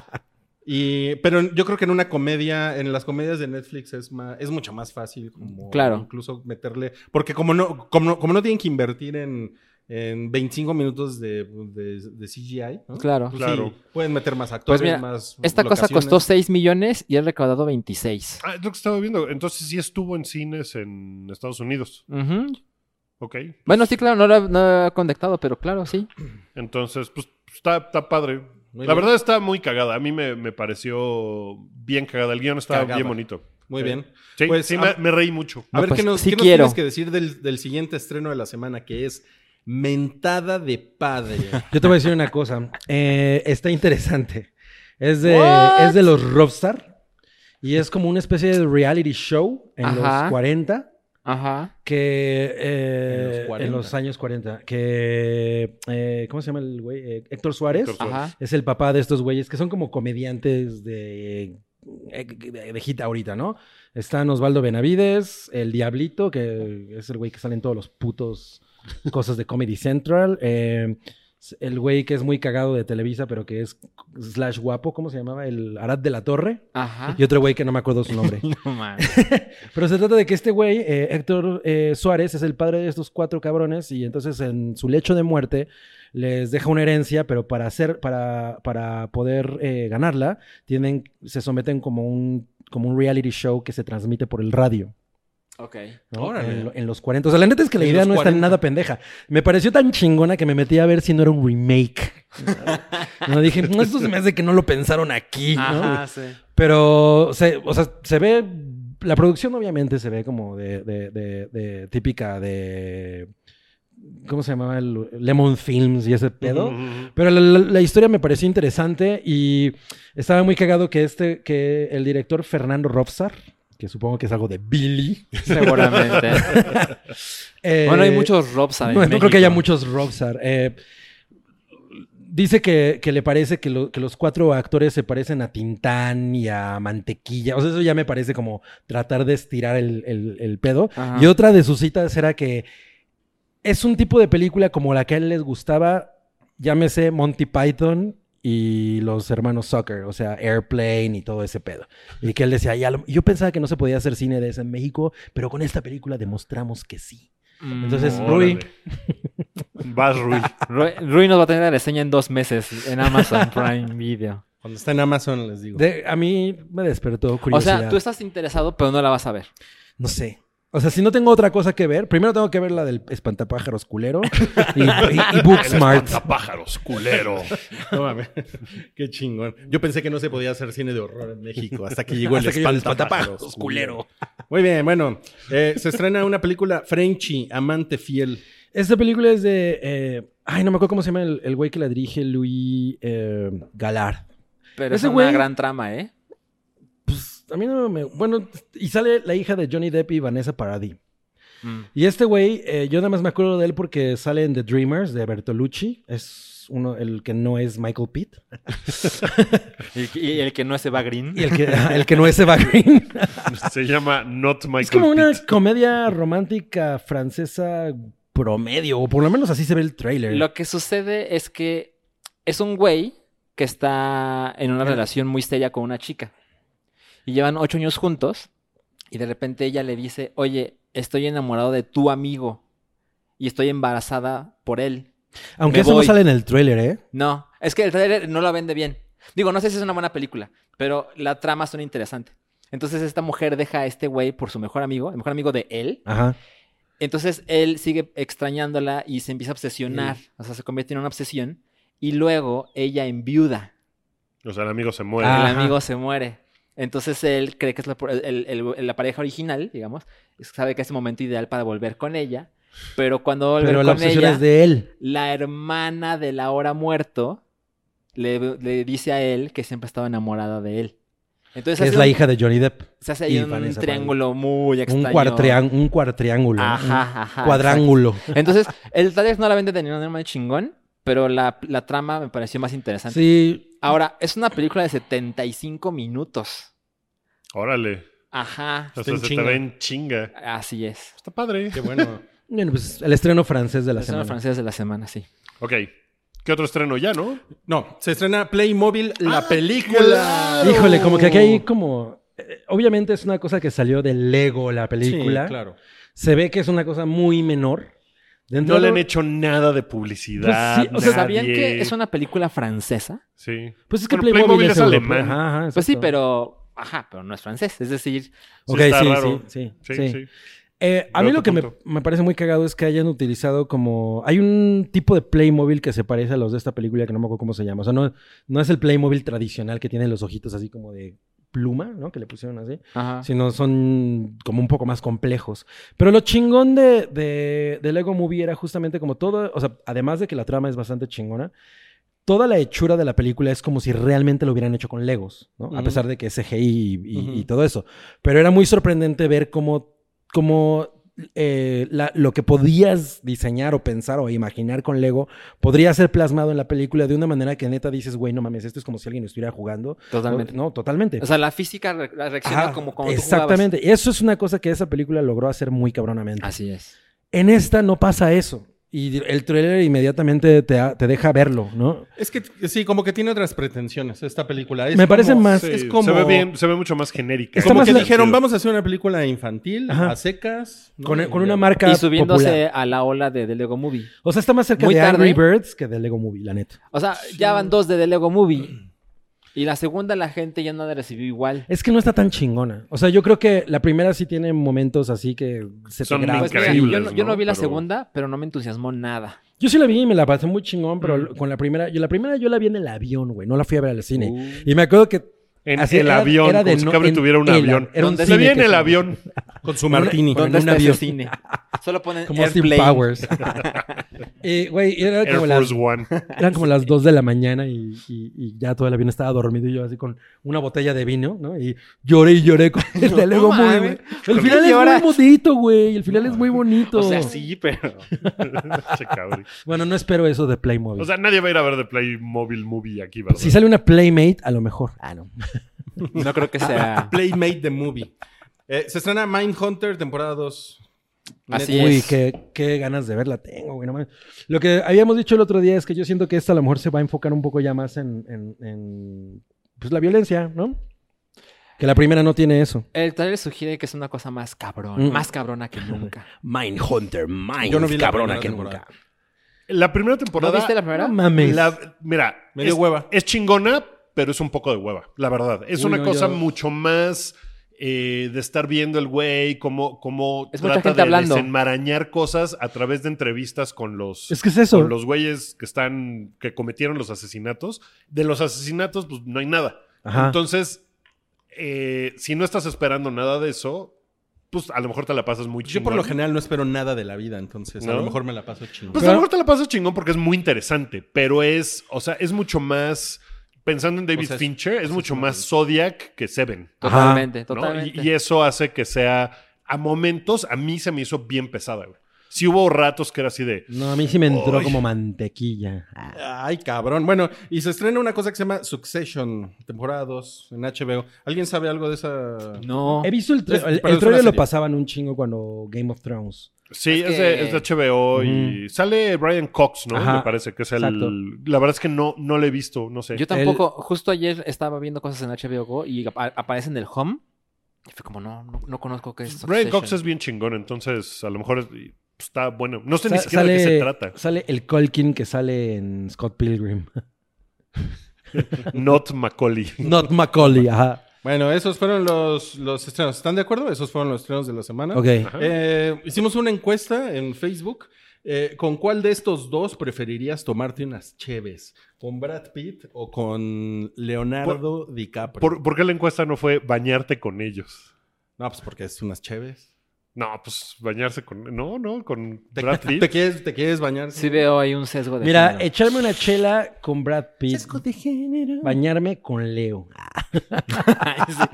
S5: Y, pero yo creo que en una comedia, en las comedias de Netflix es más, es mucho más fácil como
S6: Claro.
S5: incluso meterle, porque como no, como no, como no tienen que invertir en, en 25 minutos de, de- de CGI, ¿no?
S6: Claro. Pues
S5: Pues sí,
S2: Claro.
S5: pueden meter más actores,
S6: mira,
S5: más
S6: Esta cosa
S5: locaciones.
S6: costó 6 millones y ha recaudado 26.
S2: Ah, es lo que estaba viendo. Entonces sí estuvo en cines en Estados Unidos.
S6: Ujú.
S2: Ok.
S6: Bueno, sí, claro, no lo, no lo he contactado, pero claro, sí.
S2: Entonces, pues está, está padre.
S5: Muy
S2: la
S5: bien.
S2: verdad está muy cagada. A mí me, me pareció bien cagada. El guión estaba
S5: Cagada.
S2: bien bonito.
S5: Muy bien.
S2: Sí,
S5: Pues,
S2: sí,
S5: ah,
S2: me, me reí mucho.
S5: A
S6: No,
S5: ver
S6: pues,
S5: qué nos,
S6: sí
S5: qué nos
S6: quiero.
S5: tienes que decir del, del siguiente estreno de la semana, que es Mentada de Padre.
S6: [laughs]
S4: Yo te voy a decir una cosa. Eh, está interesante. Es de,
S6: What?
S4: es de los Rockstar. Y es como una especie de reality show en
S6: Ajá.
S4: los 40.
S6: Ajá.
S4: Que eh,
S5: En los
S4: en, los
S5: 40.
S4: años 40. Que. eh, ¿Cómo se llama el güey? Eh, Héctor Suárez.
S2: Héctor Suárez.
S6: Ajá.
S4: Es el papá de estos güeyes que son como comediantes de, eh, de, de hit ahorita, ¿no? Están Osvaldo Benavides, El Diablito, que es el güey que sale en todos los putos cosas de Comedy Central. eh, el güey que es muy cagado de Televisa, pero que es slash guapo, ¿cómo se llamaba? El Arad de la Torre.
S6: Ajá.
S4: Y otro güey que no me acuerdo su nombre.
S6: [laughs] No mames.
S4: Pero se trata de que este güey, eh, Héctor eh, Suárez, es el padre de estos cuatro cabrones y entonces en su lecho de muerte les deja una herencia, pero para hacer, para, para poder eh, ganarla, tienen, se someten como un, como un reality show que se transmite por el radio.
S6: Ok.
S4: ¿no?
S5: Órale.
S4: En, lo- en los 40. O sea, la neta es que la
S5: En
S4: idea
S5: los
S4: no está
S5: 40.
S4: nada pendeja. Me pareció tan chingona que me metí a ver si no era un
S6: [laughs]
S4: remake. No dije, no, esto se me hace que no lo pensaron aquí. ¿no?
S6: Ajá, sí.
S4: Pero, se, o sea, se ve. La producción, obviamente, se ve como de, de- de- de típica de. ¿Cómo se llamaba? El, Lemon Films y ese pedo.
S2: Ujú.
S4: Pero la, la- la historia me pareció interesante y estaba muy cagado que este, que el director Fernando Robsar, que supongo que es algo de Billy.
S6: Seguramente.
S4: eh,
S6: [laughs] bueno, hay muchos Robs
S4: [laughs] no, no creo que haya muchos Robsar. Eh, dice que, que le parece que, lo- que los cuatro actores se parecen a Tintán y a Mantequilla. O sea, eso ya me parece como tratar de estirar el, el- el pedo.
S6: Ajá.
S4: Y otra de sus citas era que es un tipo de película como la que a él les gustaba, llámese Monty Python y los hermanos Zucker, o sea, Airplane y todo ese pedo. Y que él decía, "Y a lo- yo pensaba que no se podía hacer cine de eso en México, pero con esta película demostramos que sí.
S6: Mm.
S4: Entonces,
S6: No.
S4: Rui.
S2: Órale. Vas, Rui.
S6: Rui, Rui nos va a tener la reseña en dos meses en Amazon [laughs] Prime Video.
S5: Cuando está en Amazon, les digo.
S4: De- a mí me despertó
S6: O
S4: curiosidad.
S6: sea, tú estás interesado, pero no la vas a ver.
S4: No sé. O sea, si no tengo otra cosa que ver, primero tengo que ver la del espantapájaros [laughs] culero y, y- y Booksmart.
S2: pájaros, culero.
S5: No mames. [laughs] Qué chingón. Yo pensé que no se podía hacer cine de horror en México hasta que llegó el
S4: Hasta que llegó el [laughs]
S5: espantapájaros, culero. Muy bien, bueno. eh, se estrena una película Frenchy, Amante Fiel.
S4: Esta película es de... eh, ay, no me acuerdo cómo se llama el, el güey que la dirige, Luis eh, Galard.
S6: Pero
S4: Ese
S6: es una
S4: güey-
S6: gran trama, ¿eh?
S4: Pues a mí no me... Bueno, y sale la hija de Johnny Depp y Vanessa Paradis.
S6: Mm.
S4: Y este güey, eh, yo nada más me acuerdo de él porque sale en The Dreamers de Bertolucci. Es uno, el que no es Michael Pitt.
S6: Y, y el que no es Eva Green.
S4: Y el que, el que no es Eva Green.
S2: Se llama Not Michael
S4: es como una
S2: Pitt.
S4: comedia romántica francesa promedio, o por lo menos así se ve el trailer.
S6: Lo que sucede es que es un güey que está en una relación muy seria con una chica. Y llevan ocho años juntos. Y de repente ella le dice, oye, estoy enamorado de tu amigo. Y estoy embarazada por él.
S4: Aunque
S6: me
S4: eso no
S6: voy.
S4: sale en el trailer, ¿eh?
S6: No, es que el trailer no la vende bien. Digo, no sé si es una buena película, pero la trama suena interesante. Entonces esta mujer deja a este güey por su mejor amigo, el mejor amigo de él.
S4: Ajá.
S6: Entonces él sigue extrañándola y se empieza a obsesionar. O sea, se convierte en una obsesión. Y luego ella enviuda.
S2: O sea, el amigo se muere.
S6: El
S4: Ah.
S6: amigo se muere. Entonces él cree que es la, el- el- la pareja original, digamos. Sabe que es el momento ideal para volver con ella. Pero cuando vuelve
S4: Pero
S6: con
S4: la obsesión
S6: ella,
S4: es de él.
S6: la hermana de la hora muerto le, le dice a él que siempre estaba enamorada de él. Entonces
S4: que
S6: hace
S4: es la
S6: un-
S4: hija de Johnny Depp.
S6: se hace ahí
S4: y
S6: un
S4: Vanessa
S6: triángulo muy
S4: Un,
S6: extraño.
S4: cuartrián- un cuartriángulo. ¿no?
S6: Ajá, ajá.
S4: Un cuadrángulo.
S6: exacto. Entonces, el tal vez no la vende de ninguna manera chingón, pero la, la trama me pareció más interesante.
S4: Sí.
S6: Ahora, es una película de 75 minutos.
S2: Órale.
S6: Ajá.
S2: O
S5: Está
S2: sea,
S5: en
S2: se
S5: chinga.
S2: te ve en chinga.
S6: Así es.
S2: Está padre.
S5: Qué bueno.
S4: Bueno, pues el estreno francés de la
S6: Las semana
S4: semana.
S6: francesas de la semana, sí.
S2: Ok. ¿Qué otro estreno ya, no?
S5: No, se estrena Playmobil,
S4: Ah,
S5: la película.
S2: claro.
S4: Híjole, como que aquí
S6: Oh.
S4: hay como... eh, Obviamente es una cosa que salió de Lego la
S5: Sí,
S4: película.
S5: claro.
S4: Se ve que es una cosa muy menor. De
S2: No
S4: entrada-
S2: le han hecho nada de publicidad.
S4: Pues sí, o sea,
S6: ¿Sabían
S2: nadie.
S6: que es una película francesa?
S2: Sí.
S4: Pues es que
S2: Bueno,
S4: Playmobil,
S2: Playmobil
S4: es,
S2: es
S4: europeo.
S2: alemán.
S4: Ajá, ajá,
S6: Pues sí,
S4: exacto.
S6: pero... Ajá, pero no es francés. Es decir,
S2: Sí,
S4: Ok,
S2: está
S4: sí,
S2: raro.
S4: sí,
S2: Sí,
S4: sí, sí.
S2: sí.
S4: Eh, a
S2: Veo
S4: mí lo
S2: tu
S4: que me,
S2: punto.
S4: me parece muy cagado es que hayan utilizado como... Hay un tipo de Playmobil que se parece a los de esta película que no me acuerdo cómo se llama. O sea, no, no es el Playmobil tradicional que tiene los ojitos así como de pluma, ¿no? Que le pusieron así.
S6: Ajá.
S4: Sino son como un poco más complejos. Pero lo chingón de, de, de Lego Movie era justamente como todo... O sea, además de que la trama es bastante chingona, toda la hechura de la película es como si realmente lo hubieran hecho con Legos, ¿no? A
S5: Ujú.
S4: pesar de que es CGI y, y- y
S5: Ujú.
S4: todo eso. Pero era muy sorprendente ver cómo, cómo eh, la- lo que podías diseñar o pensar o imaginar con Lego podría ser plasmado en la película de una manera que neta dices, güey, no mames, esto es como si alguien estuviera jugando.
S6: Totalmente.
S4: No, totalmente.
S6: O sea, la física re- la reacciona
S4: Este, Ajá,
S6: como como tú jugabas.
S4: exactamente. Eso es una cosa que esa película logró hacer muy cabronamente.
S6: Así es.
S4: En esta no pasa eso. Y el trailer inmediatamente te, ha- te deja verlo, ¿no?
S5: Es que sí, como que tiene otras pretensiones esta película. Es
S4: Me parece
S5: como-
S4: más-
S2: Sí,
S5: Es como,
S2: Se ve bien, se ve mucho más genérica.
S4: Está
S5: como
S4: más
S5: que
S4: la-
S5: dijeron, vamos a hacer una película infantil,
S4: Ajá.
S5: a secas. ¿no?
S4: Con,
S5: Y
S4: con
S5: ya.
S4: una marca
S6: Y subiéndose
S4: popular.
S6: a la ola de The Lego Movie.
S4: O sea, está más cerca
S6: Muy
S4: de
S6: tarde.
S4: Angry Birds que de Lego Movie, la neta.
S6: O sea, ya van dos de The Lego
S4: [clears throat]
S6: Movie. Y la segunda la gente ya no la recibió igual.
S4: Es que no está tan chingona. O sea, yo creo que la primera sí tiene momentos así que se
S2: Son
S4: te graban.
S6: Pues mira,
S2: Increíbles,
S6: yo, no, yo no
S2: ¿no?
S6: vi la
S2: Pero-
S6: segunda, pero no me entusiasmó nada.
S4: Yo sí la vi y me la pasé muy chingón, pero lo- con la primera, yo la primera yo la vi en el avión, güey. No la fui a ver al cine.
S6: Uh,
S4: Y me acuerdo que
S2: En
S4: así
S2: el
S4: era-
S2: avión,
S4: era de
S2: como si
S4: no-
S2: Cabri
S4: en
S2: tuviera un
S4: el-
S2: avión.
S4: era un
S2: se
S4: cine
S2: ve en
S4: que
S2: el
S4: se-
S2: avión.
S5: Con su
S4: Una-
S5: martini.
S4: con
S6: ¿Dónde
S4: un
S6: está ese
S4: avión.
S6: cine?
S4: [laughs]
S6: Solo ponen
S4: como Steve
S6: Airplane. [laughs]
S4: Powers. Y, güey, era
S2: Air
S4: como las
S2: Force One.
S4: Eran como las 2 de la mañana y, y- y ya todo el avión estaba dormido y yo así con una botella de vino, ¿no? Y lloré y lloré
S6: [laughs]
S4: con el de Lego Movie, güey. El
S6: ¿Por
S4: final
S6: qué
S4: es
S6: lloras?
S4: muy bonito, güey. El final es muy bonito.
S6: O
S2: Oh.
S6: sea,
S2: [laughs]
S6: sí, pero...
S4: [laughs]
S2: Che, Cabri.
S4: Bueno, no espero eso de Playmobil.
S2: O sea, nadie va a ir a ver The Playmobil Movie aquí, ¿verdad?
S4: si sale una Playmate, a lo mejor. Ah, no.
S6: No creo
S4: [laughs]
S6: que sea...
S5: Playmate the Movie. Eh, se estrena Mindhunter, temporada 2.
S2: Ah,
S6: Así
S5: Netflix.
S4: Uy,
S6: es.
S4: qué, qué ganas de verla tengo, güey. no mames. Lo que habíamos dicho el otro día es que yo siento que esta a lo mejor se va a enfocar un poco ya más en, en- en, pues, la violencia, ¿no? Que la primera no tiene eso.
S6: El trailer sugiere que es una cosa más cabrón,
S4: Mm.
S6: más cabrona que nunca.
S4: Mindhunter, mind,
S5: Yo no vi la cabrona primera que temporada. nunca.
S2: La primera temporada.
S6: ¿No viste la primera?
S4: No mames.
S2: la- mira,
S5: Me dio
S2: es-
S5: hueva.
S2: Es chingona, pero es un poco de hueva, la verdad. Es
S4: Uy,
S2: una
S4: no,
S2: cosa
S4: yo-
S2: mucho más eh, de estar viendo el güey, cómo, cómo
S6: Es mucha
S2: trata
S6: gente
S2: de
S6: hablando.
S2: desenmarañar cosas a través de entrevistas con los.
S4: Es que es eso.
S2: con los güeyes que están. que cometieron los asesinatos. De los asesinatos, pues no hay nada.
S4: Ajá.
S2: Entonces, eh, si no estás esperando nada de eso, pues a lo mejor te la pasas muy
S5: Yo
S2: chingón.
S5: por lo general no espero nada de la vida, entonces a
S2: ¿No?
S5: lo mejor me la paso chingón.
S2: Pues a lo mejor te la pasas chingón porque es muy interesante, pero es, o sea, es mucho más. Pensando en David
S5: O sea, es-
S2: Fincher, es
S5: es
S2: mucho
S5: una
S2: más
S5: película.
S2: Zodiac que Seven.
S4: Ajá.
S6: Totalmente,
S2: ¿no? Y,
S6: totalmente.
S2: y eso hace que sea a momentos a mí se me hizo bien pesada, güey. Sí hubo ratos que era así de...
S4: No, a mí sí me entró
S2: Ay.
S4: como mantequilla.
S5: Ay, cabrón. Bueno, y se estrena una cosa que se llama Succession, temporada 2, en HBO. ¿Alguien sabe algo de esa?
S6: No.
S4: He visto el, tra-
S5: Es- pero
S4: el, el
S5: es una
S4: trailer lo
S5: serie.
S4: pasaban un chingo cuando Game of Thrones.
S2: Sí,
S6: Es
S2: es, de,
S6: que-
S2: es de HBO y sale Brian Cox, ¿no?
S4: Ajá.
S2: Me parece que es el...
S4: Exacto.
S2: La verdad es que no, no le he visto, no sé.
S6: Yo tampoco, justo ayer estaba viendo cosas en HBO Go y apa- aparece en el home. Y fue como, no, no, no conozco qué es.
S2: Brian
S6: Succession.
S2: Cox es bien chingón, entonces a lo mejor es- pues, está bueno. No sé ni
S4: Sa-
S2: siquiera de qué se trata.
S4: Sale el Colkin que sale en
S2: [laughs]
S4: Scott Pilgrim.
S2: Not Macaulay.
S4: Not Macaulay, ajá.
S5: Bueno, esos fueron los, los estrenos. ¿Están de acuerdo? Esos fueron los estrenos de la semana.
S4: Ok.
S2: Ah.
S5: Eh, hicimos una encuesta en Facebook. eh, ¿Con cuál de estos dos preferirías tomarte unas cheves? ¿Con Brad Pitt o con Leonardo DiCaprio?
S2: ¿Por, por qué la encuesta no fue bañarte con ellos?
S5: No, pues porque es unas cheves.
S2: No, pues bañarse con... No, no, con
S5: ¿Te,
S2: Brad
S5: te
S2: Pitt.
S5: quieres, te quieres bañar?
S6: Sí veo ahí un sesgo de.
S4: Mira,
S6: [laughs] género.
S4: echarme una chela con Brad Pitt.
S5: de género.
S4: Bañarme con Leo.
S2: Ah,
S5: De
S6: [laughs] Sí,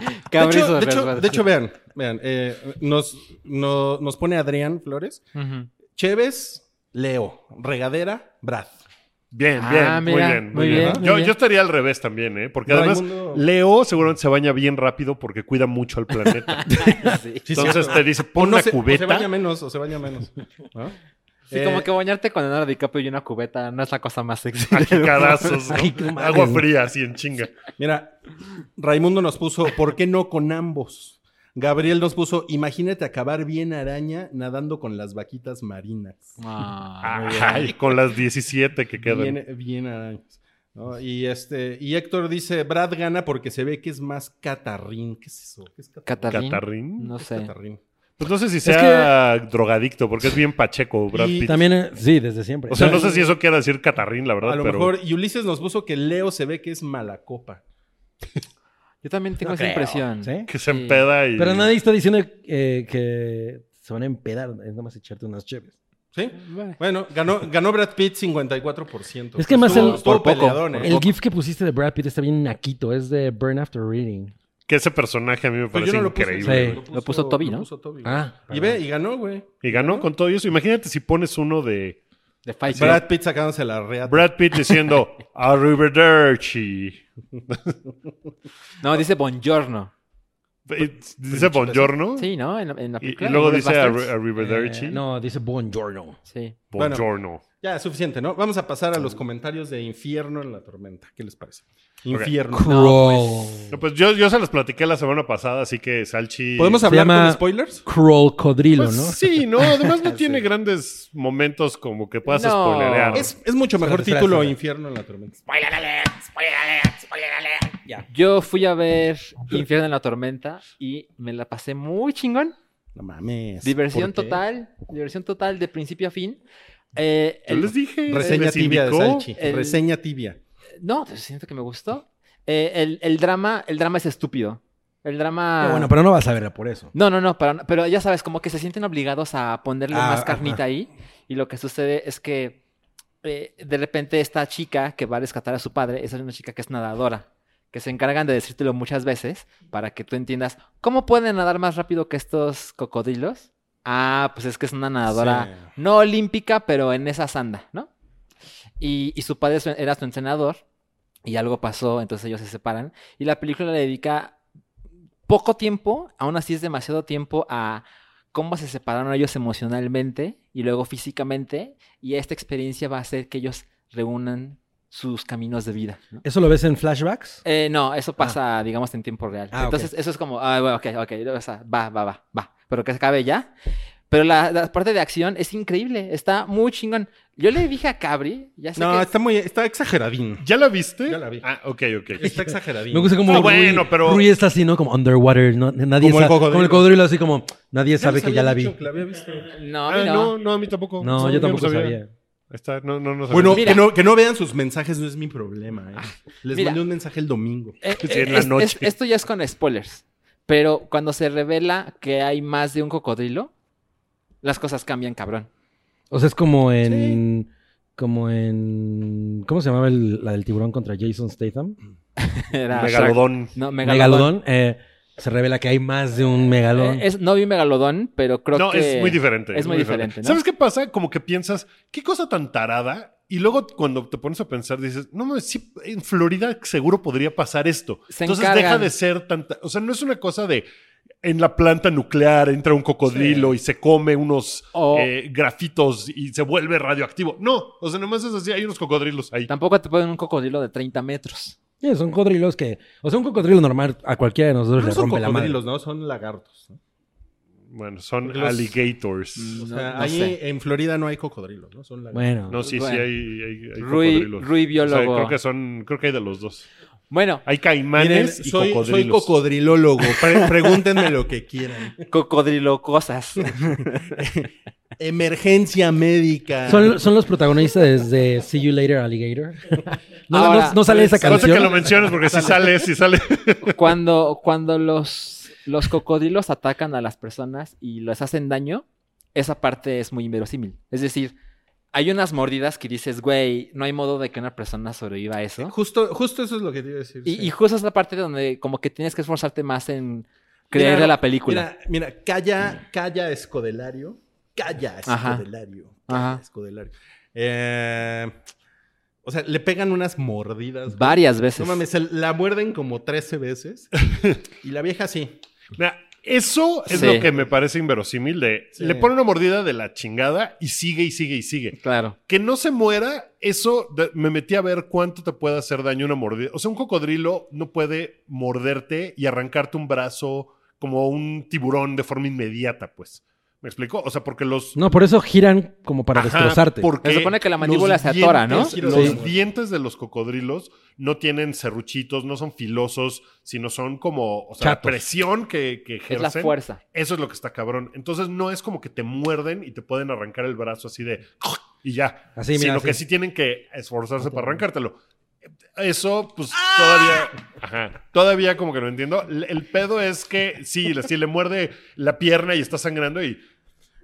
S5: hecho,
S6: cabrizo,
S5: de hecho-
S6: verdad.
S5: de hecho, vean, vean, eh, nos, no- nos pone Adrián Flores.
S6: Ujú.
S5: Cheves, Leo. Regadera, Brad.
S2: Bien, bien,
S6: Ah,
S2: muy
S6: mira,
S2: bien.
S6: muy bien,
S2: Yo,
S6: muy bien.
S2: yo estaría al revés también, ¿eh? Porque además
S5: Raimundo-
S2: Leo seguramente se baña bien rápido porque cuida mucho al planeta.
S6: [laughs] Sí.
S2: Entonces te dice,
S5: O
S2: pon
S5: no
S2: una
S5: se- O se
S2: cubeta.
S5: baña menos, o se baña menos. ¿no?
S6: Sí,
S5: Eh,
S6: como que bañarte con Leonardo DiCaprio y una cubeta no es la cosa más sexy.
S2: a jicarazos, ¿no?
S4: Ay, qué madre.
S2: Agua fría, así en chinga.
S5: Mira, Raimundo nos puso, ¿por qué no con ambos? Gabriel nos puso, imagínate acabar bien araña nadando con las vaquitas marinas.
S6: Ah, muy bien.
S2: Ay, con las 17 que quedan.
S5: Bien, bien arañas. ¿no? Y este, y Héctor dice, Brad gana porque se ve que es más catarrín. ¿Qué es eso? ¿Qué es catarrín?
S6: Catarrín.
S2: ¿Catarrín?
S6: No
S5: ¿Qué es
S6: sé.
S5: catarrín?
S2: Pues no sé si
S4: que-
S2: sea drogadicto, porque es bien pacheco, Brad
S5: Y
S2: Pitt.
S4: También, eh, sí, desde siempre.
S2: O sea, no sé si eso quiere decir catarrín, la verdad,
S5: A lo
S2: pero
S5: mejor, y Ulises nos puso que Leo se ve que es mala copa.
S6: Yo también tengo
S4: No
S6: esa
S4: creo,
S6: impresión.
S4: ¿sí?
S2: que se
S6: Sí.
S2: empeda y...
S4: Pero nadie está diciendo eh, que se van a empedar. Es nada más echarte unas cheves.
S5: ¿Sí?
S6: Bueno.
S5: Bueno, ganó, ganó Brad Pitt 54%.
S4: Es que más
S5: Estuvo-
S4: el-
S5: estuvo
S6: por poco,
S5: peleadón, ¿eh?
S6: por
S4: El GIF que pusiste de Brad Pitt está bien naquito. Es de Burn After Reading.
S2: Que ese personaje a mí me
S5: Pero
S2: parece
S5: yo no lo puse,
S2: increíble.
S4: Sí.
S5: güey.
S6: Lo puso Toby, ¿no?
S5: Lo puso Toby.
S4: Ah,
S5: y ve, y ganó, güey.
S2: Y ganó con todo eso. Imagínate si pones uno de
S6: De Fight Club.
S5: Brad Pitt sacándose la reata.
S2: Brad Pitt diciendo [laughs] Arrivederci.
S6: No, dice Buongiorno.
S2: It's- Dice Buongiorno.
S6: Sí, ¿no? En, la- en la
S2: Y,
S6: película.
S2: y luego
S6: de Inglourious
S2: dice Arri-
S6: Basterds.
S2: Arrivederci.
S4: Eh, no, dice Buongiorno.
S6: Sí.
S2: Buongiorno.
S5: Ya, suficiente, ¿no? Vamos a pasar a los comentarios de Infierno en la Tormenta. ¿Qué les parece? Infierno.
S4: Crawl.
S2: No, pues yo, yo se los platiqué la semana pasada, así que Salchi.
S5: ¿Podemos
S4: Se
S5: hablar
S4: llama-
S5: con [laughs] spoilers?
S4: Crawl Codrilo,
S2: Pues
S4: ¿no?
S2: Sí, no, además no tiene grandes momentos como que puedas
S6: No.
S2: spoilerear.
S5: Es, es mucho mejor
S4: Espera, espera,
S5: título
S4: espera.
S5: Infierno en la Tormenta.
S6: Yo fui a ver Infierno en la Tormenta y me la pasé muy chingón.
S5: No mames.
S6: Diversión
S5: ¿por qué?
S6: total. Diversión total de principio a fin. Eh,
S2: Yo
S6: el-
S2: les dije.
S5: Reseña
S2: les
S5: tibia de
S2: indicó.
S5: Salchi.
S6: el-
S5: Reseña tibia.
S6: No, pues, siento que me gustó. Eh, el, el drama, el drama es estúpido. El drama.
S4: Eh, bueno, pero no vas a verla por eso.
S6: No, no, no, para- pero ya sabes, como que se sienten obligados a ponerle
S5: Ah,
S6: más carnita
S5: ajá.
S6: ahí. Y lo que sucede es que eh, de repente esta chica que va a rescatar a su padre, esa es una chica que es nadadora, que se encargan de decírtelo muchas veces para que tú entiendas cómo pueden nadar más rápido que estos cocodrilos. Ah, pues es que es una nadadora no olímpica, pero en esa sanda, ¿no? Y, y su padre su- era su entrenador y algo pasó, entonces ellos se separan. Y la película le dedica poco tiempo, aún así es demasiado tiempo, a cómo se separaron ellos emocionalmente y luego físicamente. Y esta experiencia va a hacer que ellos reúnan sus caminos de vida. ¿no?
S4: ¿Eso lo ves en flashbacks?
S6: Eh, no, eso
S2: Ah.
S6: pasa, digamos, en tiempo real.
S4: Ah, ok.
S6: Entonces, eso es como, ah, bueno, ok, ok, o sea, va, va, va, va. Pero que se acabe ya. Pero la, la parte de acción es increíble, está muy chingón. Yo le dije a Cabri, ya sé
S5: No,
S6: que...
S5: está muy... Está exageradín.
S2: ¿Ya la viste?
S5: Ya la vi.
S2: Ah, ok, ok.
S5: Está exageradín.
S4: Me gusta como
S2: Ah,
S4: Rui-
S2: bueno, pero-
S4: Rui está así, ¿no? Como underwater. no- nadie
S5: Como el
S4: sabe,
S5: cocodrilo.
S4: como el cocodrilo, así como nadie
S5: Ya
S4: sabe
S5: les
S4: que ya
S5: había
S4: la
S5: dicho
S4: vi.
S5: que la había visto.
S6: No, a
S2: Ah,
S6: mí no.
S2: no, no, a mí tampoco.
S4: No, yo
S2: no
S4: tampoco sabía.
S2: Ahí Está, no, no, no sabía.
S5: Bueno,
S6: Mira. Ah,
S5: que no, que no vean sus mensajes no es mi problema. ¿eh? Les
S6: mira.
S5: mandé un mensaje el domingo.
S6: Eh,
S2: Sí,
S6: eh,
S2: en la
S6: es-
S2: noche.
S6: es- esto ya es con spoilers. Pero cuando se revela que hay más de un cocodrilo, las cosas cambian, cabrón. [laughs]
S4: O sea, es como en... Como en... ¿Cómo se llamaba el- la del tiburón contra Jason Statham?
S6: Era Shark-
S2: Megalodón.
S6: No, Megalodón.
S4: Megalodón. eh, Se revela que hay más de un megalón.
S6: Eh, es- no vi Megalodón, pero creo
S2: no,
S6: que...
S2: es muy diferente.
S6: es muy diferente, ¿no?
S2: ¿Sabes qué pasa? Como que piensas, qué cosa tan tarada. Y luego cuando te pones a pensar, dices, no, mames, sí, en Florida seguro podría pasar esto.
S6: Se
S2: Entonces
S6: encargan.
S2: deja de ser tanta. O sea, no es una cosa de en la planta nuclear entra un cocodrilo y se come unos
S6: O-
S2: eh, grafitos y se vuelve radioactivo. No, o sea, nomás es así, hay unos cocodrilos ahí.
S6: Tampoco te ponen un cocodrilo de 30 metros.
S4: Sí, Eh, son cocodrilos que. O sea, un cocodrilo normal a cualquiera de nosotros
S5: No
S4: le
S5: son
S4: rompe la madre.
S5: cocodrilos, ¿no? Son lagartos. ¿no?
S2: Bueno, son
S5: Porque los-
S2: alligators.
S5: O
S6: No,
S5: sea,
S6: no
S5: ahí
S6: sé.
S5: en Florida no hay cocodrilos, ¿no? Son lagartos.
S4: Bueno.
S2: No, sí, sí,
S6: Bueno.
S2: hay, hay- hay
S6: Rui,
S2: cocodrilos.
S6: Rui
S2: O sea,
S6: biólogo.
S2: creo que son, creo que hay de los dos.
S6: Bueno,
S2: Hay
S5: Miren,
S2: caimanes y
S5: soy,
S2: cocodrilos.
S5: soy cocodrilólogo. Pre- pregúntenme lo que quieran.
S6: cocodrilo cosas.
S5: Emergencia médica.
S4: Son, son los protagonistas de See You Later Alligator. No, no-
S6: Ahora,
S4: no sale esa
S2: Cosa que lo
S4: canción.
S2: menciones porque si sale, si sale.
S6: [laughs] cuando cuando los, los cocodrilos atacan a las personas y les hacen daño, esa parte es muy inverosímil. Es decir, hay unas mordidas que dices, güey, no hay modo de que una persona sobreviva a eso.
S5: Justo, justo eso es lo que te iba a decir.
S6: Y,
S5: sí.
S6: y justo es la parte donde como que tienes que esforzarte más en creer
S5: Mira,
S6: a la película.
S5: Mira, mira, calla, calla escodelario. Calla
S6: Ajá.
S5: escodelario. Calla
S6: Ajá.
S5: escodelario. Eh, o sea, le pegan unas mordidas. güey.
S6: Varias veces.
S5: No mames, el- la muerden como 13 veces. [laughs] y la vieja sí.
S2: Mira, eso es
S6: Sí.
S2: lo que me parece inverosímil de
S5: Sí.
S2: le pone una mordida de la chingada y sigue y sigue y sigue.
S6: Claro.
S2: Que no se muera, eso de- me metí a ver cuánto te puede hacer daño una mordida. O sea, un cocodrilo no puede morderte y arrancarte un brazo como un tiburón de forma inmediata, pues. ¿Me explico? O sea, porque los
S4: No, por eso giran como para
S2: Ajá,
S4: destrozarte.
S2: Porque
S6: Se supone que la mandíbula
S2: los
S6: se atora, ¿no?
S2: dientes-
S5: Sí.
S2: Los dientes de los cocodrilos no tienen serruchitos, no son filosos, sino son como, o sea, la
S4: Chatos.
S2: presión que, que
S6: Es la
S2: ejercen.
S6: fuerza.
S2: Eso es lo que está cabrón. Entonces no es como que te muerden y te pueden arrancar el brazo así de y ya.
S4: Así, mira,
S2: sino
S4: así.
S2: que sí tienen que esforzarse para arrancártelo. Eso, pues
S5: ¡Ah!
S2: todavía, ajá, todavía como que no entiendo. El, el pedo es que sí, le- sí le muerde la pierna y está sangrando y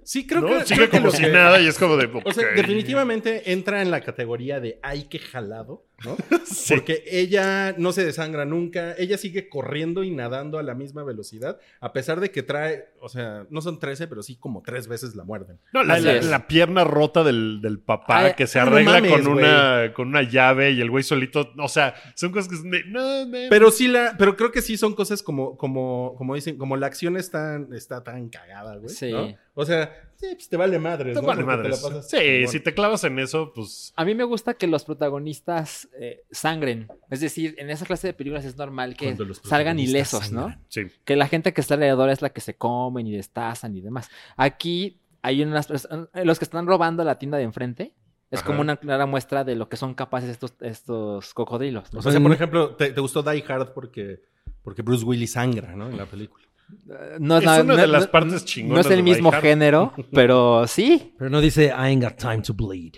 S5: Sí, creo
S2: ¿no?
S5: que.
S2: sigue
S5: creo que
S2: como
S5: lo
S2: si
S5: que-
S2: nada y es como de.
S5: O sea,
S2: ok.
S5: definitivamente entra en la categoría de hay que jalado, ¿no?
S2: [laughs] Sí.
S5: Porque ella no se desangra nunca, ella sigue corriendo y nadando a la misma velocidad, a pesar de que trae, o sea, no son 13, pero sí como tres veces la muerden.
S2: No, la,
S6: Así
S2: la-
S6: es.
S2: la pierna rota del, del papá
S6: Ay,
S2: que se
S5: ah, no
S2: arregla
S5: mames,
S2: con, una, con una llave y el güey solito. O sea, son cosas que son de, No, man.
S5: Pero sí la, pero creo que sí son cosas como, como, como dicen, como la acción es tan- está tan cagada, güey.
S6: Sí.
S5: ¿no? O sea, sí, pues te vale madres,
S2: Te
S5: ¿no?
S2: vale
S5: Porque
S2: madres.
S5: la pasas
S2: Sí,
S5: chingón.
S2: si te clavas en eso, pues.
S6: A mí me gusta que los protagonistas eh, sangren. Es decir, en esa clase de películas es normal que
S5: Cuando los
S6: salgan
S5: protagonistas
S6: ilesos, ¿no?
S5: sangran.
S2: Sí.
S6: que la gente que está alrededor es la que se comen y destazan y demás. Aquí hay unas personas, los que están robando la tienda de enfrente, es
S2: Ajá.
S6: como una clara muestra de lo que son capaces estos, estos cocodrilos. ¿no?
S5: O sea, por ejemplo, te, te gustó Die Hard porque, porque Bruce Willis sangra, ¿no? En la película.
S6: Eh, No
S2: Es una
S6: no-
S2: de las
S6: no-
S2: partes
S6: No
S2: chingonas.
S6: es el
S2: de
S6: mismo
S2: Die Hard. [laughs]
S6: género, pero sí.
S4: Pero no dice, I ain't got time to bleed.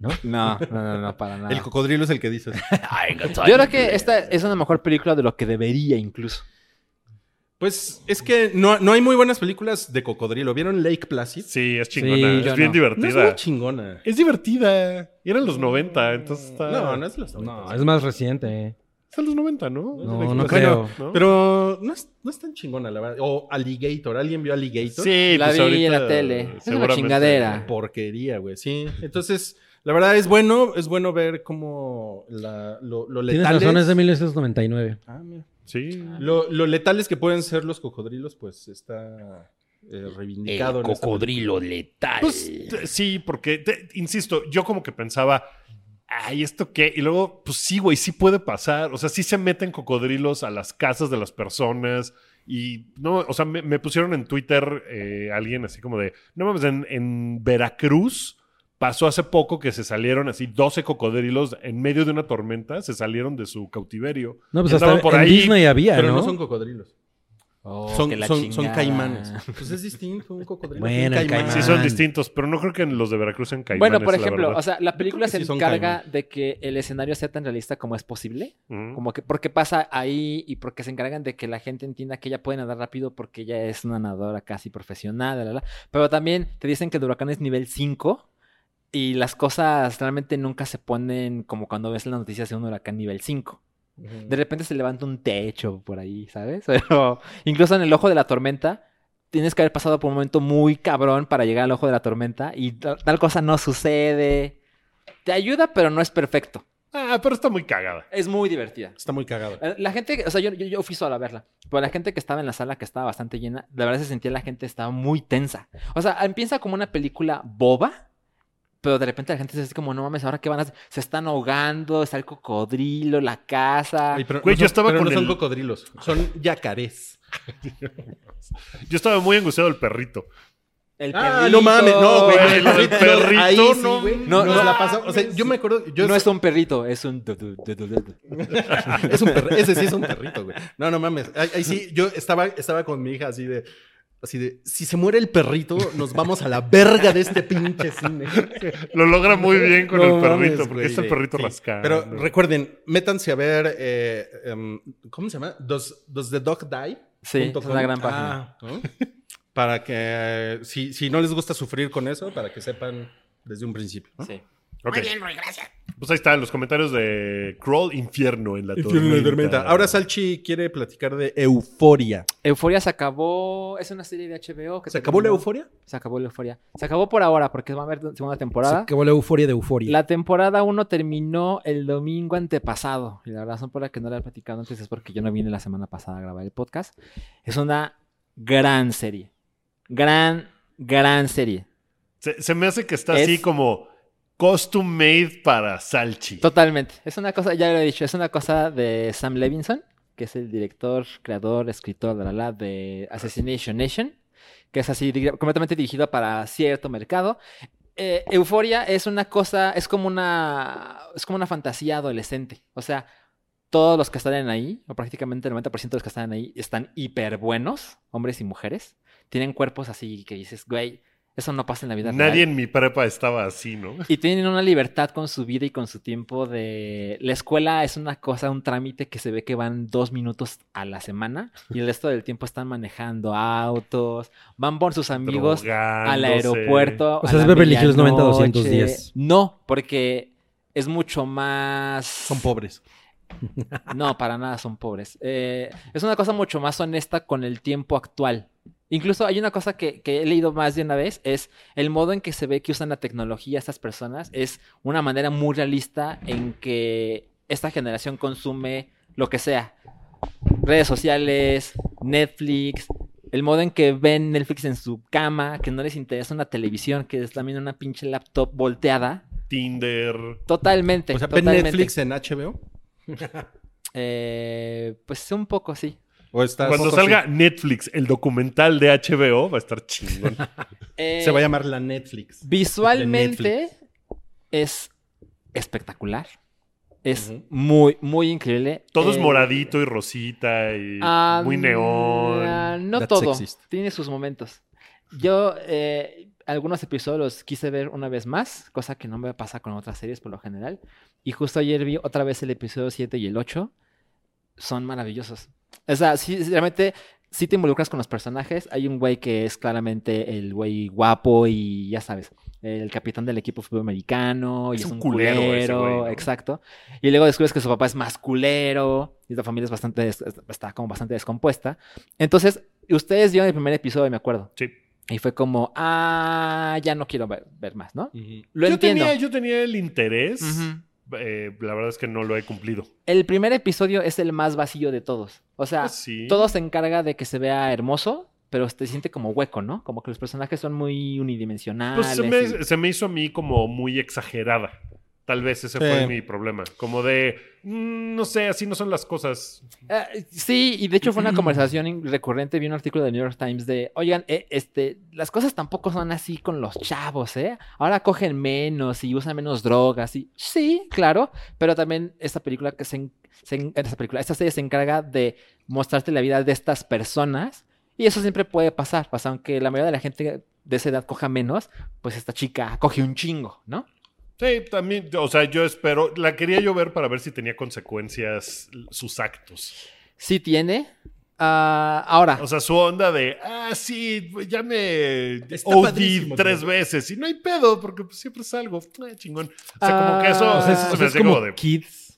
S6: No, no, no, no, para nada.
S5: El cocodrilo es el que dices.
S6: Yo creo que esta es una mejor película de lo que debería incluso.
S5: Pues es que no, no hay muy buenas películas de cocodrilo. ¿Vieron Lake Placid?
S2: Sí, es
S4: Sí,
S2: chingona.
S6: yo
S2: es bien
S5: No
S6: no.
S5: es muy
S2: divertida.
S5: chingona.
S2: es divertida. Y eran los 90, entonces está.
S5: No, no es de los
S4: No,
S5: noventas.
S4: es más reciente. eh.
S2: Son los 90, ¿no?
S4: No, no
S5: Bueno,
S4: creo.
S2: ¿no?
S5: Pero no es, no es tan chingona, la verdad. O Alligator. ¿Alguien vio Alligator?
S2: Sí,
S6: la
S2: pues
S6: vi en
S2: ahorita
S6: la tele. Es una
S2: seguramente-
S6: chingadera.
S5: Porquería, güey. Sí. Entonces, la verdad es bueno, es bueno ver cómo la, lo, lo
S4: Tienes
S5: letales.
S4: razón, es de 1999.
S5: Ah, mira.
S2: Sí.
S5: Lo, lo letales que pueden ser los cocodrilos, pues está eh, reivindicado. en esta
S7: letal.
S2: Pues t- sí, porque, te- insisto, yo como que pensaba, ay, ¿esto qué? Y luego, pues sí, güey, sí puede pasar. O sea, sí se meten cocodrilos a las casas de las personas. Y no, o sea, me, me pusieron en Twitter eh, alguien así como de, no mames, en, en Veracruz pasó hace poco que se salieron así 12 cocodrilos en medio de una tormenta, se salieron de su cautiverio.
S4: No, pues
S2: Y andaban
S4: hasta en Disney había,
S5: Pero no,
S4: ¿no?
S5: son cocodrilos.
S6: Oh,
S5: son,
S6: que la
S5: son, son
S6: chingada.
S5: caimanes. Pues es distinto, un cocodrilo.
S4: Bueno,
S5: un caimán.
S4: el caimán.
S2: Sí, son
S4: Man.
S2: distintos, pero no creo que en los de Veracruz sean caimanes.
S6: Bueno, por
S2: la
S6: ejemplo,
S2: verdad.
S6: o sea, la película
S5: que
S6: se
S5: sí son
S6: encarga
S5: caimanes.
S6: de que el escenario sea tan realista como es posible.
S2: Ujú.
S6: Como que porque pasa ahí y porque se encargan de que la gente entienda que ella puede nadar rápido porque ella es una nadadora casi profesional, la, la, la. pero también te dicen que el huracán es nivel 5 y las cosas realmente nunca se ponen como cuando ves las noticias de un huracán nivel 5. De repente se levanta un techo por ahí, ¿sabes? [laughs] Pero incluso en el ojo de la tormenta, tienes que haber pasado por un momento muy cabrón para llegar al ojo de la tormenta y ta- tal cosa no sucede. Te ayuda, pero no es perfecto.
S2: Ah, pero está muy cagada.
S6: Es muy divertida.
S5: Está muy cagado.
S6: Eh, La gente, o sea, yo, yo, yo fui solo a verla, pero la gente que estaba en la sala, que estaba bastante llena, la verdad se sentía la gente estaba muy tensa. O sea, empieza como una película boba, pero de repente la gente se dice como, no mames, ahora qué van a hacer. Se están ahogando, está el cocodrilo, la casa.
S5: Ay, pero
S2: Güey,
S5: no
S2: yo
S5: son-
S2: estaba
S5: pero
S2: con
S5: no son
S2: el-
S5: cocodrilos, son yacarés.
S2: Yo estaba muy angustiado del perrito.
S6: El
S5: Ah,
S6: perrito.
S5: no mames, no, güey.
S2: Güey, lo del perrito,
S5: ahí
S2: no,
S5: güey,
S6: no,
S5: nos
S6: no.
S5: la pasamos. O sea, yo me acuerdo. Yo
S6: no es un perrito, es un... du- du- du- du- du- du.
S5: es un perri- Ese sí es un perrito, güey. No, no mames. Ahí, ahí sí, yo estaba, estaba con mi hija así de. Así de, si se muere el perrito, nos vamos a la verga de este pinche cine.
S2: Lo logra muy bien con
S5: No
S2: el
S5: mames,
S2: perrito, porque
S5: güey.
S2: está el perrito
S5: Sí.
S2: rascado.
S5: Pero recuerden, métanse a ver, eh, em, ¿cómo se llama? Does, does the Dog Die?
S6: Sí,
S5: Punto
S6: es
S5: com.
S6: una gran página.
S5: Ah, ¿no? Para que, eh, si, si no les gusta sufrir con eso, para que sepan desde un principio. ¿no?
S6: Sí.
S2: Muy bien, Roy, gracias. Pues ahí están los comentarios de Crawl Infierno en la tormenta.
S5: Ahora Salchi quiere platicar de euforia.
S6: Euforia se acabó, es una serie de HBO que
S5: ¿Se acabó la
S6: terminó.
S5: euforia?
S6: Se acabó la euforia. Se acabó por ahora porque va a haber segunda
S4: Se
S6: temporada.
S4: acabó la euforia de euforia.
S6: La temporada 1 terminó el domingo antepasado. Y la razón por la que no la he platicado antes es porque yo no vine la semana pasada a grabar el podcast. Es una gran serie. Gran, gran serie.
S2: Se, se me hace que está
S6: Es-
S2: así como custom made para Salchi.
S6: Totalmente. Es una cosa, ya lo he dicho, es una cosa de Sam Levinson, que es el director, creador, escritor de la la de Assassination Nation, que es así di- completamente dirigida para cierto mercado. Eh, Euforia es una cosa, es como una, es como una fantasía adolescente. O sea, todos los que están ahí, o prácticamente el 90% de los que están ahí, están hiper buenos, hombres y mujeres. Tienen cuerpos así que dices, güey, eso no pasa en la vida real".
S2: Nadie en mi prepa estaba así, ¿no?
S6: Y tienen una libertad con su vida y con su tiempo de... La escuela es una cosa, un trámite que se ve que van dos minutos a la semana y el resto del tiempo están manejando autos, van por sus amigos al
S2: Drogándose.
S6: aeropuerto.
S4: O
S6: a
S4: sea, es
S6: la
S4: Beverly Hills 90
S6: medianoche.
S4: 210.
S6: No, porque es mucho más...
S5: Son pobres.
S6: No, para nada son pobres. Eh, es una cosa mucho más honesta con el tiempo actual. Incluso hay una cosa que, que he leído más de una vez, es el modo en que se ve que usan la tecnología estas personas, es una manera muy realista en que esta generación consume lo que sea. Redes sociales, Netflix, el modo en que ven Netflix en su cama, que no les interesa una televisión, que es también una pinche laptop volteada.
S2: Tinder.
S6: Totalmente.
S5: O sea, ¿ven
S6: totalmente.
S5: Netflix en HBO?
S6: Eh, pues un poco sí.
S5: ¿O está
S2: Cuando
S5: poco
S2: salga Netflix, el documental de HBO va a estar
S6: [laughs]
S2: chingón.
S5: así?
S6: Eh,
S5: Se va a llamar la Netflix.
S6: Visualmente es espectacular. Es
S5: Ujú.
S6: muy, muy increíble.
S2: Todo es
S6: Eh,
S2: moradito y rosita y
S6: ah,
S2: muy
S6: ah,
S2: neón.
S6: No
S5: That's
S6: todo.
S5: sexist.
S6: Tiene sus momentos. Yo eh, algunos episodios los quise ver una vez más, cosa que no me pasa con otras series por lo general. Y justo ayer vi otra vez el episodio 7 y el 8. Son maravillosos. O sea, sí, sí, realmente sí te involucras con los personajes. Hay un güey que es claramente el güey guapo y ya sabes, el capitán del equipo de fútbol americano. Y es, un culero,
S2: ese güey, ¿no?
S6: exacto. Y luego descubres que su papá es más culero y la familia es bastante, des- está como bastante descompuesta. Entonces, ustedes vieron el primer episodio, me acuerdo.
S2: Sí.
S6: Y fue como, ah, ya no quiero ver, ver más, ¿no?
S5: Ujú.
S6: Lo
S2: yo,
S6: entiendo.
S2: tenía, yo tenía el interés.
S6: Ujú.
S2: Eh, la verdad es que no lo he cumplido.
S6: El primer episodio es el más vacío de todos. O sea,
S2: Ah, sí.
S6: todo se encarga de que se vea hermoso, pero se siente como hueco, ¿no? Como que los personajes son muy unidimensionales.
S2: Pues se, me,
S6: y-
S2: se me hizo a mí como muy exagerada. Tal vez ese
S5: Sí.
S2: fue mi problema. Como de, mm, no sé, así no son las cosas.
S6: Eh, sí, y de hecho fue una conversación in- recurrente. Vi un artículo del New York Times de, oigan, eh, este, las cosas tampoco son así con los chavos, ¿eh? Ahora cogen menos y usan menos drogas. Y, sí, claro, pero también esta película que se, en- se en- eh, esta película, esta serie se encarga de mostrarte la vida de estas personas y eso siempre puede pasar, pasa aunque la mayoría de la gente de esa edad coja menos, pues esta chica coge un chingo, ¿no?
S2: Sí, también, o sea, yo espero, la quería yo ver para ver si tenía consecuencias l- sus actos.
S6: Sí tiene. Ah, ahora.
S2: O sea, su onda de, ah, sí, ya me
S5: Está
S2: OD
S5: padrísimo,
S2: tres
S5: tío.
S2: veces y no hay pedo porque pues, siempre salgo, Ah, chingón. O sea, como que eso, eso
S6: Ah, o
S2: se
S6: sea,
S2: me
S4: es
S2: hace como de,
S4: Kids.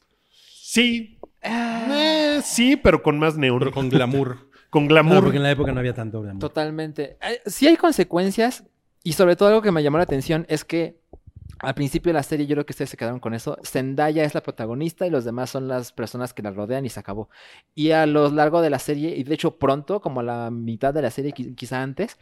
S2: sí,
S6: Ah.
S2: Eh, sí, pero con más neón.
S5: Pero
S2: con,
S5: con
S6: [laughs]
S5: glamour.
S4: No,
S2: glamour.
S4: Ah, porque en la época no había tanto glamour.
S6: Totalmente. Eh, Sí hay consecuencias y sobre todo algo que me llamó la atención es que al principio de la serie yo creo que ustedes se quedaron con eso. Zendaya es la protagonista y los demás son las personas que la rodean y se acabó. Y a lo largo de la serie, y de hecho pronto, como a la mitad de la serie, qui- quizá antes,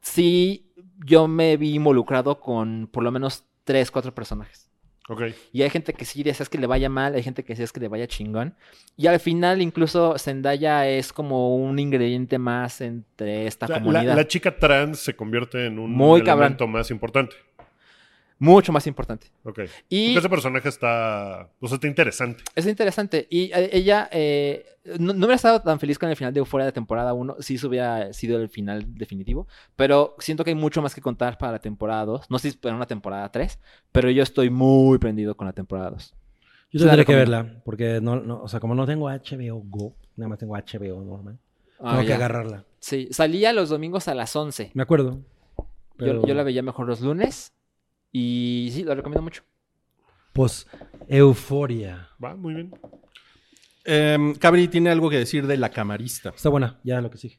S6: sí yo me vi involucrado con por lo menos tres, cuatro personajes.
S2: Ok.
S6: Y hay gente que sí deseas que le vaya mal, hay gente que deseas que le vaya chingón. Y al final, incluso Zendaya es como un ingrediente más entre esta
S2: O sea, la,
S6: comunidad.
S2: la chica trans se convierte en un
S6: Muy cabrón.
S2: elemento más importante.
S6: Mucho más importante.
S2: Ok.
S6: Y
S2: Porque ese personaje está. O sea, está interesante.
S6: es interesante. Y eh, ella eh, no, no hubiera estado tan feliz con el final de Euphoria de temporada 1. Sí, se hubiera sido el final definitivo. Pero siento que hay mucho más que contar para la temporada 2. No sé si para una temporada 3. Pero yo estoy muy prendido con la temporada 2.
S4: Yo
S6: Se la
S4: tendré que
S6: recomiendo.
S4: verla, porque no, no, o sea, como no tengo HBO Go, nada más tengo HBO normal.
S6: Ah,
S4: tengo que
S6: ya.
S4: agarrarla.
S6: Sí, salía los domingos a las 11.
S4: Me acuerdo.
S6: Yo, yo la veía mejor los lunes. Y sí, la recomiendo mucho.
S4: Pues, Euforia.
S2: Va, muy bien.
S5: Em, Cabri tiene algo que decir de la camarista.
S4: Está buena, ya lo que sigue.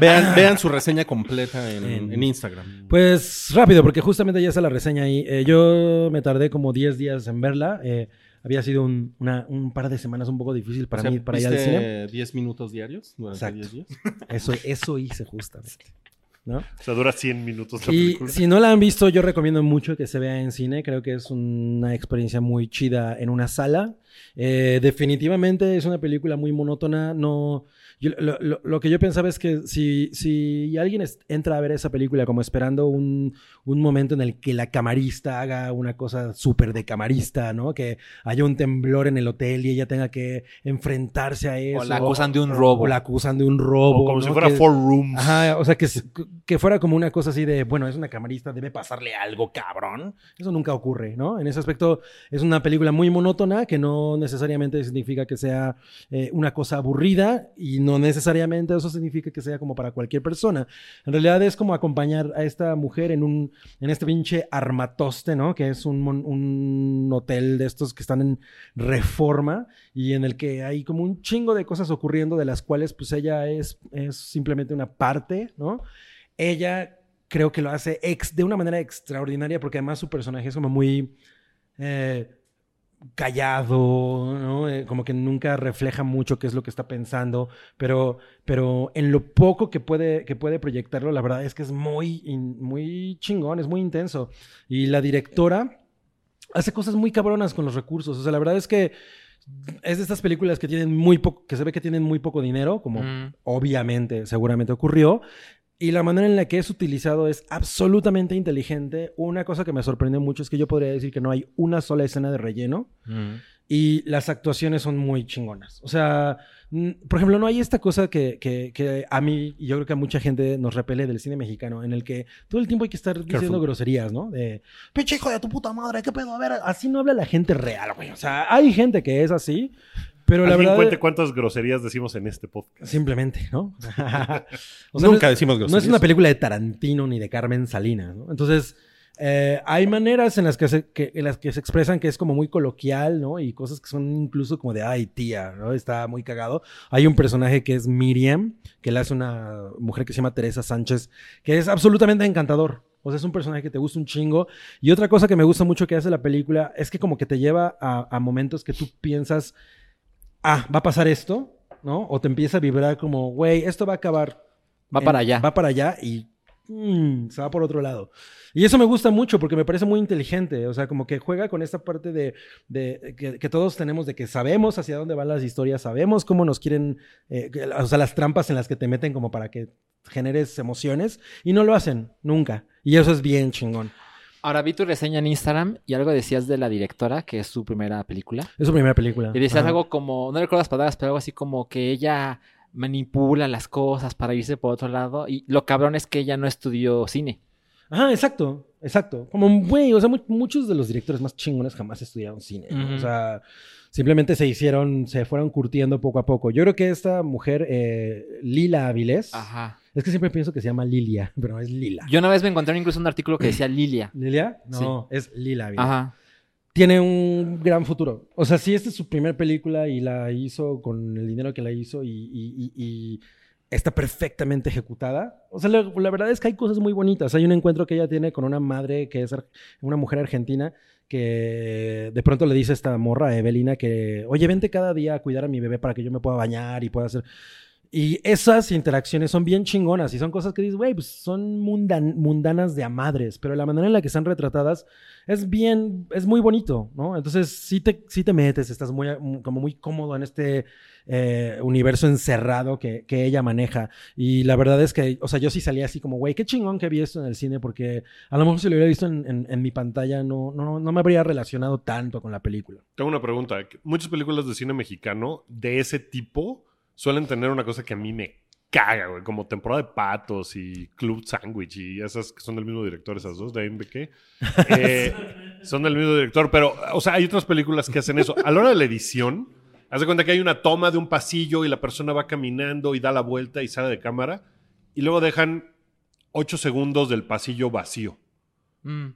S5: Vean, vean su reseña completa en,
S4: En-
S5: en Instagram.
S4: Pues rápido, porque justamente ya está la reseña ahí. Eh, yo me tardé como 10 días en verla. Eh, había sido un, una- un par de semanas un poco difícil
S5: O
S4: para
S5: sea,
S4: mí, para ir al
S5: ¿viste
S4: cine.
S5: 10 minutos diarios durante
S4: Exacto.
S5: 10 días.
S4: Eso, eso hice justamente. ¿no?
S2: O sea, dura 100 minutos la
S4: Y
S2: película.
S4: si no la han visto, yo recomiendo mucho que se vea en cine. Creo que es una experiencia muy chida en una sala. Eh, definitivamente es una película muy monótona. No, yo- lo, lo- lo que yo pensaba es que si, si alguien es- entra a ver esa película como esperando un, un momento en el que la camarista haga una cosa súper de camarista, ¿no? Que haya un temblor en el hotel y ella tenga que enfrentarse a eso.
S6: O la acusan de un robo.
S4: o la acusan de un robo.
S2: O como si
S4: ¿no?
S2: fuera
S4: Que-
S2: Four Rooms.
S4: Ajá, o sea, que, s- que fuera como una cosa así de, bueno, es una camarista, debe pasarle algo, cabrón. Eso nunca ocurre, ¿no? En ese aspecto es una película muy monótona que no necesariamente significa que sea eh, una cosa aburrida y no necesariamente eso significa que sea como para cualquier persona. En realidad es como acompañar a esta mujer en un, en este pinche armatoste, ¿no? Que es un, mon- un hotel de estos que están en reforma y en el que hay como un chingo de cosas ocurriendo de las cuales pues ella es, es simplemente una parte, ¿no? Ella creo que lo hace ex, de una manera extraordinaria porque además su personaje es como muy eh, callado, ¿no? Eh, como que nunca refleja mucho qué es lo que está pensando, pero, pero en lo poco que puede, que puede proyectarlo, la verdad es que es muy, in- muy chingón, es muy intenso. Y la directora hace cosas muy cabronas con los recursos, o sea, la verdad es que es de estas películas que tienen muy poco, que se ve que tienen muy poco dinero, como
S6: Mm.
S4: obviamente, seguramente ocurrió. Y la manera en la que es utilizado es absolutamente inteligente. Una cosa que me sorprende mucho es que yo podría decir que no hay una sola escena de relleno
S6: Mm.
S4: y las actuaciones son muy chingonas. O sea, mm, por ejemplo, no hay esta cosa que, que- que a mí y yo creo que a mucha gente nos repele del cine mexicano, en el que todo el tiempo hay que estar diciendo groserías, ¿no? De, pinche hijo de tu puta madre, ¿qué pedo? A ver, así no habla la gente real, güey. O sea, hay gente que es así, pero la
S2: Alguien
S4: verdad...
S2: cuente cuántas groserías decimos en este podcast.
S4: Simplemente, ¿no? [laughs] O
S5: Nunca
S4: sea, no es-
S5: decimos
S4: No
S5: groserías.
S4: es una película de Tarantino ni de Carmen Salinas, ¿no? Entonces, eh, hay maneras en las que, se, que- en las que se expresan que es como muy coloquial, ¿no? Y cosas que son incluso como de, ay, tía, ¿no? Está muy cagado. Hay un personaje que es Miriam, que la hace una mujer que se llama Teresa Sánchez, que es absolutamente encantador. O sea, es un personaje que te gusta un chingo. Y otra cosa que me gusta mucho que hace la película es que como que te lleva a, a momentos que tú piensas, ah, va a pasar esto, ¿no? O te empieza a vibrar como, güey, esto va a acabar
S6: Va
S4: en-
S6: para allá.
S4: Va para allá y mm, se va por otro lado. Y eso me gusta mucho porque me parece muy inteligente. O sea, como que juega con esta parte de, de- que, que todos tenemos de que sabemos hacia dónde van las historias, sabemos cómo nos quieren, eh, que- o sea, las trampas en las que te meten como para que generes emociones y no lo hacen nunca. Y eso es bien chingón.
S6: Ahora vi tu reseña en Instagram y algo decías de la directora, que es su primera película.
S4: Es su primera película.
S6: Y decías
S4: Ajá.
S6: algo como, no recuerdo las palabras, pero algo así como que ella manipula las cosas para irse por otro lado. Y lo cabrón es que ella no estudió cine.
S4: Ajá, exacto, exacto. Como, güey, o sea, mu- muchos de los directores más chingones jamás estudiaron cine. ¿no?
S6: Ujú.
S4: O sea, simplemente se hicieron, se fueron curtiendo poco a poco. Yo creo que esta mujer, eh, Lila Avilés,
S6: Ajá.
S4: es que siempre pienso que se llama Lilia, [laughs] pero no es Lila.
S6: Yo una vez me encontré incluso un artículo que decía Lilia.
S4: ¿Lilia? No, es Lila Avilés.
S6: Ajá.
S4: tiene un gran futuro. O sea, si esta es su primera película y la hizo con el dinero que la hizo y, y- y- y está perfectamente ejecutada. O sea, la, la verdad es que hay cosas muy bonitas. Hay un encuentro que ella tiene con una madre que es ar- una mujer argentina que de pronto le dice a esta morra a Evelina que, oye, vente cada día a cuidar a mi bebé para que yo me pueda bañar y pueda hacer... Y esas interacciones son bien chingonas y son cosas que dices, güey, pues son mundan- mundanas de a madres, pero la manera en la que están retratadas es bien, es muy bonito, ¿no? Entonces sí te, sí te metes, estás muy, como muy cómodo en este eh, universo encerrado que, que ella maneja. Y la verdad es que, o sea, yo sí salía así como, güey, qué chingón que vi esto en el cine, porque a lo mejor si lo hubiera visto en, en- en mi pantalla no, no, no me habría relacionado tanto con la película.
S2: Tengo una pregunta. Muchas películas de cine mexicano de ese tipo suelen tener una cosa que a mí me caga, güey. Como temporada de patos y Club Sandwich y esas que son del mismo director, esas dos de AMBK. Eh, son del mismo director, pero, o sea, hay otras películas que hacen eso. A la hora de la edición, haz de cuenta que hay una toma de un pasillo y la persona va caminando y da la vuelta y sale de cámara y luego dejan ocho segundos del pasillo vacío.
S6: Mm.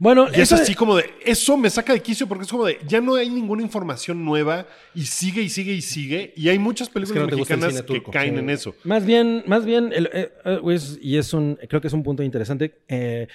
S4: Bueno,
S2: Y es
S4: eso-
S2: así como de, eso me saca de quicio porque es como de, ya no hay ninguna información nueva y sigue y sigue y sigue. Y hay muchas películas
S5: no te gusta el
S2: mexicanas
S5: cine
S2: que
S5: turco.
S2: caen
S5: Sí.
S2: en eso.
S4: Más bien, más bien, el- eh, eh, es- y es un, creo que es un punto interesante. eh,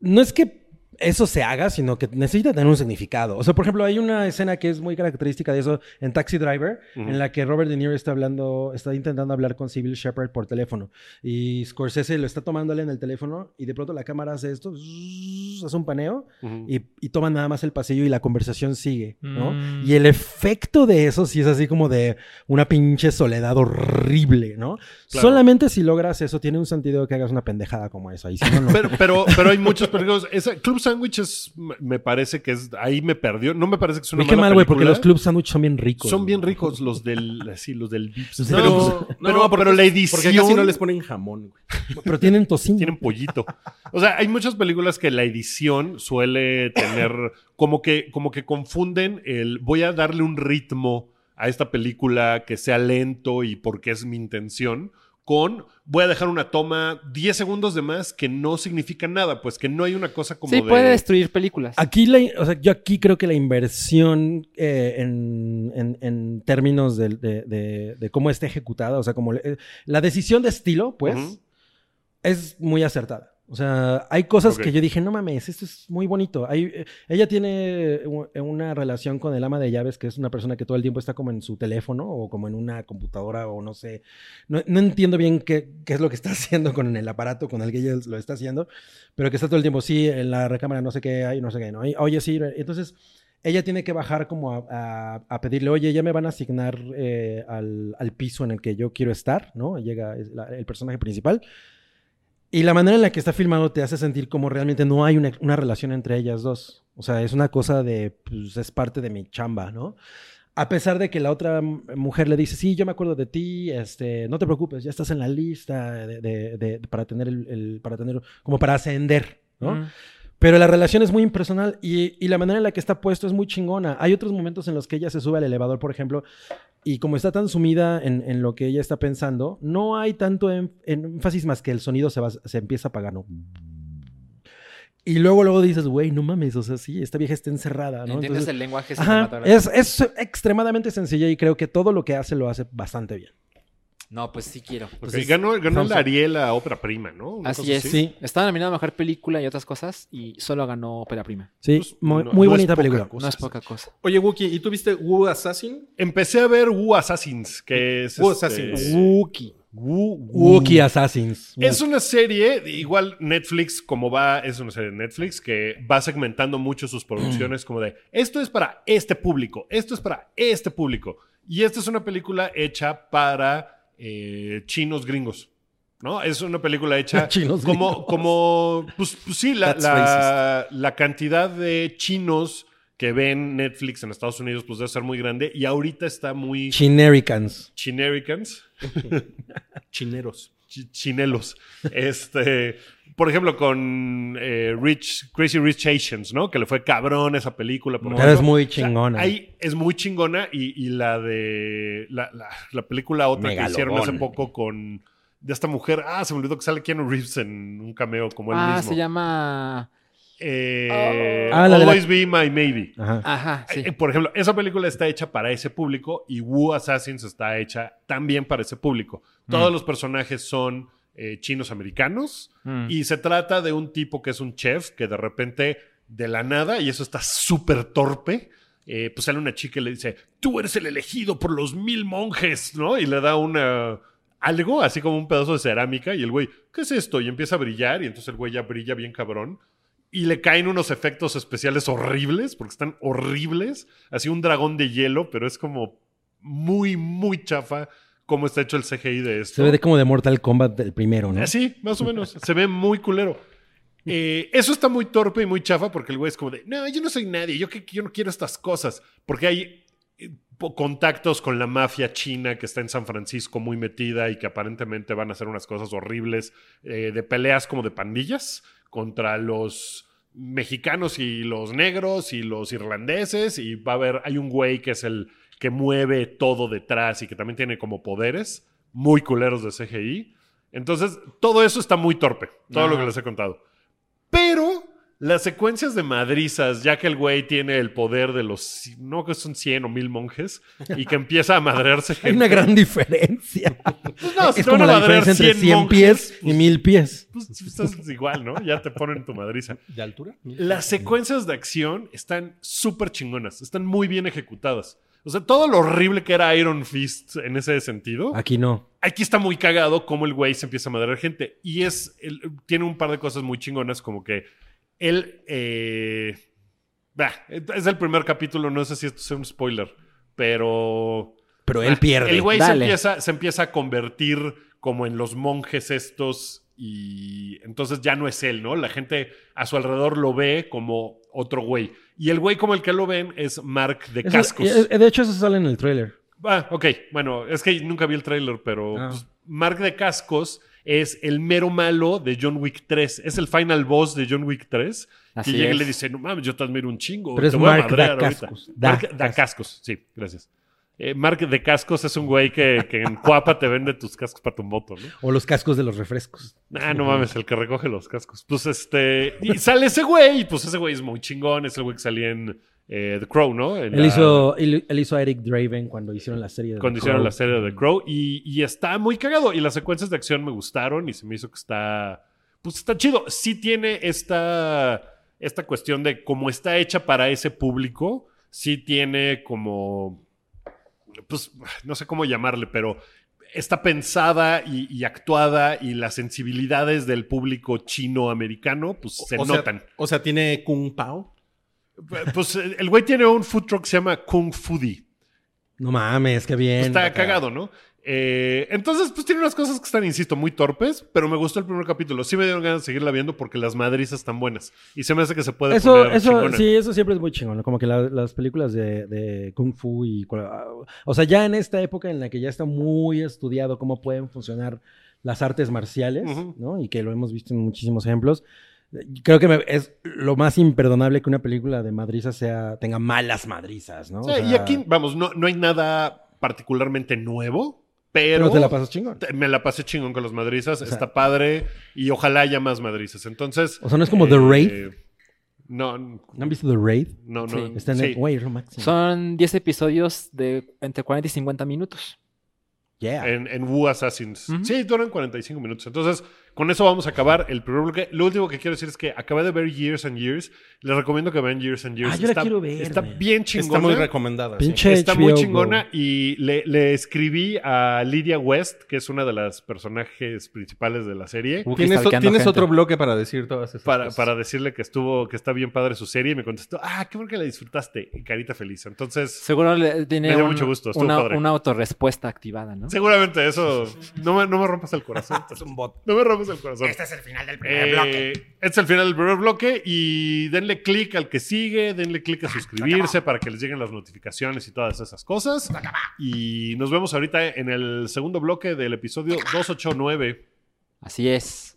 S4: no es que eso se haga, sino que necesita tener un significado. O sea, por ejemplo, hay una escena que es muy característica de eso en Taxi Driver,
S2: Ujú.
S4: en la que Robert De Niro está hablando, está intentando hablar con Sybil Shepard por teléfono. Y Scorsese lo está tomándole en el teléfono y de pronto la cámara hace esto, zzzz, hace un paneo
S2: Ujú.
S4: y, y toma nada más el pasillo y la conversación sigue, ¿no?
S6: Mm.
S4: Y el efecto de eso sí es así como de una pinche soledad horrible, ¿no?
S2: Claro.
S4: Solamente si logras eso, tiene un sentido que hagas una pendejada como esa. Y si no, no.
S2: [laughs] Pero, pero, pero hay muchas películas. Esa- Club Sandwich es, me- me parece que es, ahí me perdió. No me parece que es una
S4: Uy, qué
S2: mala
S4: mal, güey, porque
S2: película.
S4: los club sandwich son bien ricos.
S2: Son
S4: güey.
S2: bien ricos los del, sí, los del Vips.
S4: Los del
S2: Pero,
S4: Vips.
S2: pero, pero la edición...
S5: Porque casi no les ponen jamón, güey.
S4: Pero tienen tocino.
S2: tienen pollito. O sea, hay muchas películas que la edición suele tener como que, como que confunden el voy a darle un ritmo a esta película que sea lento y porque es mi intención con voy a dejar una toma 10 segundos de más que no significa nada, pues que no hay una cosa como
S6: Sí,
S2: de
S6: puede destruir películas.
S4: Aquí, la, o sea, yo aquí creo que la inversión eh, en, en- en términos del- de, de- de cómo está ejecutada, o sea, como le- eh, la decisión de estilo, pues,
S2: Ujú.
S4: es muy acertada. O sea, hay cosas
S2: Ok.
S4: que yo dije, no mames, esto es muy bonito. Hay, eh, ella tiene u- eh, una relación con el ama de llaves, que es una persona que todo el tiempo está como en su teléfono o como en una computadora o no sé. No, no entiendo bien qué, qué es lo que está [laughs] haciendo con el aparato con el que ella lo está haciendo, pero que está todo el tiempo, sí, en la recámara no sé qué hay, no sé qué, ¿no? Y, Oye, sí, entonces ella tiene que bajar como a, a- a pedirle, oye, ya me van a asignar eh, al, al piso en el que yo quiero estar, ¿no? Llega es la- el personaje principal. Y la manera en la que está filmado te hace sentir como realmente no hay una, una relación entre ellas dos. O sea, es una cosa de, pues es parte de mi chamba, ¿no? A pesar de que la otra m- mujer le dice, sí, yo me acuerdo de ti, este, no te preocupes, ya estás en la lista de, de- de- para tener el, el- para tener, como para ascender, ¿no?
S6: Mm.
S4: Pero la relación es muy impersonal y, y la manera en la que está puesto es muy chingona. Hay otros momentos en los que ella se sube al elevador, por ejemplo, y como está tan sumida en, en lo que ella está pensando, no hay tanto en- en énfasis más que el sonido se, va- se empieza a apagar, ¿no? Y luego, luego dices, güey, no mames, o sea, sí, esta vieja está encerrada, ¿no?
S6: Entiendes
S4: Entonces-
S6: el lenguaje
S4: Ajá,
S6: cinematográfico.
S4: es, es extremadamente sencilla y creo que todo lo que hace lo hace bastante bien.
S6: No, pues sí quiero.
S2: Ok, ganó ganó
S4: Entonces-
S2: la Ariel a ópera prima, ¿no? Una
S6: Así
S2: cosa
S6: es.
S4: Sí.
S6: Estaba nominado a mejor película y otras cosas y solo ganó ópera prima.
S4: Sí,
S2: Pues,
S4: muy,
S2: no-
S4: muy
S2: no es
S4: bonita
S2: poca
S4: película.
S2: cosa.
S6: No es poca cosa.
S5: Oye, Wookie, ¿y tú viste Wu Assassin?
S2: Empecé a ver Wu Assassins, que es
S5: Wu
S2: este-
S5: Assassins.
S6: Wookie.
S2: Wu- Wu-
S4: Wookiee Assassins.
S2: Es una serie, igual Netflix, como va, es una serie de Netflix que va segmentando mucho sus producciones, como de esto es para este público, esto es para este público. Y esta es una película hecha para eh, chinos gringos, ¿no? Es una película hecha
S4: [laughs] Chinos
S2: como, como, pues, pues sí, la,
S5: That's
S2: la, la cantidad de chinos que ven Netflix en Estados Unidos, pues debe ser muy grande y ahorita está muy
S4: Chinericans.
S2: chinericans
S5: Chineros.
S2: chi- chinelos. Este, por ejemplo, con eh, Rich, Crazy Rich Asians, ¿no? Que le fue cabrón esa película. Por
S4: Pero es
S2: ejemplo.
S4: muy
S2: O sea,
S4: chingona.
S2: ahí es muy chingona y, y la de la, la- la película otra que hicieron hace poco con de esta mujer. Ah, se me olvidó que sale Keanu Reeves en un cameo como él
S6: Ah,
S2: mismo.
S6: se llama
S2: eh,
S4: Ah, la de la-
S2: Always Be My Maybe.
S4: Ajá.
S6: Ajá, Ah, sí.
S2: Eh, Por ejemplo, esa película está hecha para ese público y Wu Assassins está hecha también para ese público. Todos los personajes son eh, chinos americanos
S6: Mm.
S2: eh, y se trata de un tipo que es un chef que de repente, de la nada, y eso está súper torpe, eh, pues sale una chica y le dice, tú eres el elegido por los mil monjes, ¿no? Y le da una... Algo así como un pedazo de cerámica y el güey, ¿qué es esto? Y empieza a brillar y entonces el güey ya brilla bien cabrón y le caen unos efectos especiales horribles, porque están horribles. Así un dragón de hielo, pero es como muy, muy chafa cómo está hecho el CGI de esto.
S4: Se ve de- como de Mortal Kombat el primero, ¿no?
S2: Así, Eh, más o menos. Se ve muy culero. Eh, eso está muy torpe y muy chafa porque el güey es como de, no, yo no soy nadie, yo, que, yo no quiero estas cosas. Porque hay eh, po- contactos con la mafia china que está en San Francisco muy metida y que aparentemente van a hacer unas cosas horribles eh, de peleas como de pandillas contra los mexicanos y los negros y los irlandeses y va a haber, hay un güey que es el que mueve todo detrás y que también tiene como poderes muy culeros de CGI. Entonces, todo eso está muy torpe, todo lo que les he contado. Pero las secuencias de madrizas, ya que el güey tiene el poder de los, c- no que son 100 o 1000 monjes, y que empieza a madrearse
S4: [laughs] [laughs] Hay
S2: gente.
S4: una
S2: [laughs]
S4: gran diferencia.
S2: Pues no, si
S4: es
S2: te van
S4: como
S2: a
S4: la
S2: madrear
S4: diferencia
S2: 100
S4: entre 100
S2: monjes,
S4: pies y
S2: pues-
S4: 1000 pies.
S2: Pues tú estás igual, ¿no? Ya te ponen tu madriza.
S5: ¿De altura?
S2: Las secuencias de acción están súper chingonas, están muy bien ejecutadas. O sea, todo lo horrible que era Iron Fist en ese sentido,
S4: Aquí no.
S2: aquí está muy cagado cómo el güey se empieza a madrear gente. Y es, el- tiene un par de cosas muy chingonas, como que él, eh, bah, es el primer capítulo, no sé si esto sea un spoiler, pero...
S4: Pero él pierde.
S2: El güey se
S6: Dale.
S2: empieza, se empieza a convertir como en los monjes estos y entonces ya no es él, ¿no? La gente a su alrededor lo ve como otro güey. Y el güey como el que lo ven es Mark de
S4: Eso-
S2: Cascos.
S4: eh, eh, de hecho, eso sale en el tráiler.
S2: Ah, ok. Bueno, es que nunca vi el tráiler, pero
S4: Ah.
S2: pues, Mark de Cascos es el mero malo de John Wick 3. Es el final boss de John Wick 3.
S6: Así
S2: y llega y
S6: es.
S2: le dice, no mames, yo te admiro un chingo.
S4: Pero
S2: te
S4: es
S2: voy a
S4: Mark
S2: madrear
S4: Da
S2: ahorita".
S4: Cascos. Da
S2: Mark da Cascos. Sí, gracias. Eh, Mark de Cascos es un güey que, que en Cuapa te vende tus cascos para tu moto, ¿no?
S4: O los cascos de los refrescos.
S2: Ah, no mames, el que recoge los cascos. Pues este. Y sale ese güey, y pues ese güey es muy chingón. Es el güey que salía en eh, The Crow, ¿no? En
S4: Él,
S2: la-
S4: hizo, él, él hizo a Eric Draven cuando hicieron la serie de.
S2: cuando
S4: The
S2: hicieron
S4: Crow.
S2: la serie de The Crow y, y está muy cagado y las secuencias de acción me gustaron y se me hizo que está pues está chido sí tiene esta esta cuestión de cómo está hecha para ese público sí tiene como pues no sé cómo llamarle pero está pensada y, y actuada y las sensibilidades del público chino americano pues se notan
S5: Sea, o sea, tiene Kung Pao.
S2: pues el güey tiene un food truck que se llama Kung Foodie
S4: No mames, qué bien.
S2: Pues Está cagado, ¿no? Eh, entonces, pues tiene unas cosas que están, insisto, muy torpes, pero me gustó el primer capítulo. Sí me dieron ganas de seguirla viendo porque las madrizas están buenas. Y se me hace que se puede
S4: Eso,
S2: poner
S4: eso,
S2: chingona.
S4: sí, eso siempre es muy chingón. ¿no? Como que la- las películas de, de Kung Fu y. cua- O sea, ya en esta época en la que ya está muy estudiado cómo pueden funcionar las artes marciales,
S2: Ujú.
S4: ¿no? Y que lo hemos visto en muchísimos ejemplos. Creo que me- es lo más imperdonable que una película de madrizas sea, tenga malas madrizas, ¿no? O
S2: Sí, y
S4: sea,
S2: aquí, vamos, no, no hay nada particularmente nuevo,
S4: Pero,
S2: pero,
S4: te la pasas chingón.
S2: te- me la pasé chingón con las madrizas.
S4: sea-
S2: está padre y ojalá haya más madrizas. Entonces. eh,
S4: O sea, ¿no es como The Raid?
S2: No, no,
S4: ¿No han visto The Raid?
S2: no.
S6: Sí.
S4: Está en
S2: Mm, sí.
S4: el. Güey, es lo máximo.
S6: Son 10 episodios de entre 40 y 50 minutos.
S4: Yeah.
S2: en, en Wu Assassins.
S6: Ujú.
S2: Sí, duran 45 minutos. Entonces, con eso vamos a acabar el primer bloque. Lo último que quiero decir es que acabé de ver Years and Years. Les recomiendo que vean Years and Years.
S4: Ah, yo la quiero ver,
S2: Está
S4: man.
S2: bien chingona.
S5: Está muy recomendada. sí.
S4: Pinche
S2: Está muy
S4: HBO,
S2: chingona
S4: bro.
S2: y le, le escribí a Lydia West, que es una de las personajes principales de la serie,
S6: Uy,
S5: Tienes,
S6: stalkeando
S5: tienes
S6: gente.
S5: otro bloque para decir todas esas
S2: para,
S5: cosas.
S2: para decirle que estuvo, que está bien padre su serie y me contestó, ah, qué bueno que la disfrutaste, y carita feliz. Entonces,
S6: Seguro le, tiene
S2: Me dio
S6: un-
S2: mucho gusto, estuvo
S6: una,
S2: padre.
S6: una autorrespuesta activada, ¿no?
S2: seguramente eso, no me, no me rompas el
S4: [laughs]
S2: corazón.
S7: Es un bot.
S2: No me rompas el corazón.
S7: Este es el final del primer
S2: Eh,
S7: bloque.
S2: Este es el final del primer bloque y denle clic al que sigue, denle clic
S7: Ah,
S2: a suscribirse para que les lleguen las notificaciones y todas esas cosas. Y nos vemos ahorita en el segundo bloque del episodio 289.
S6: Así es.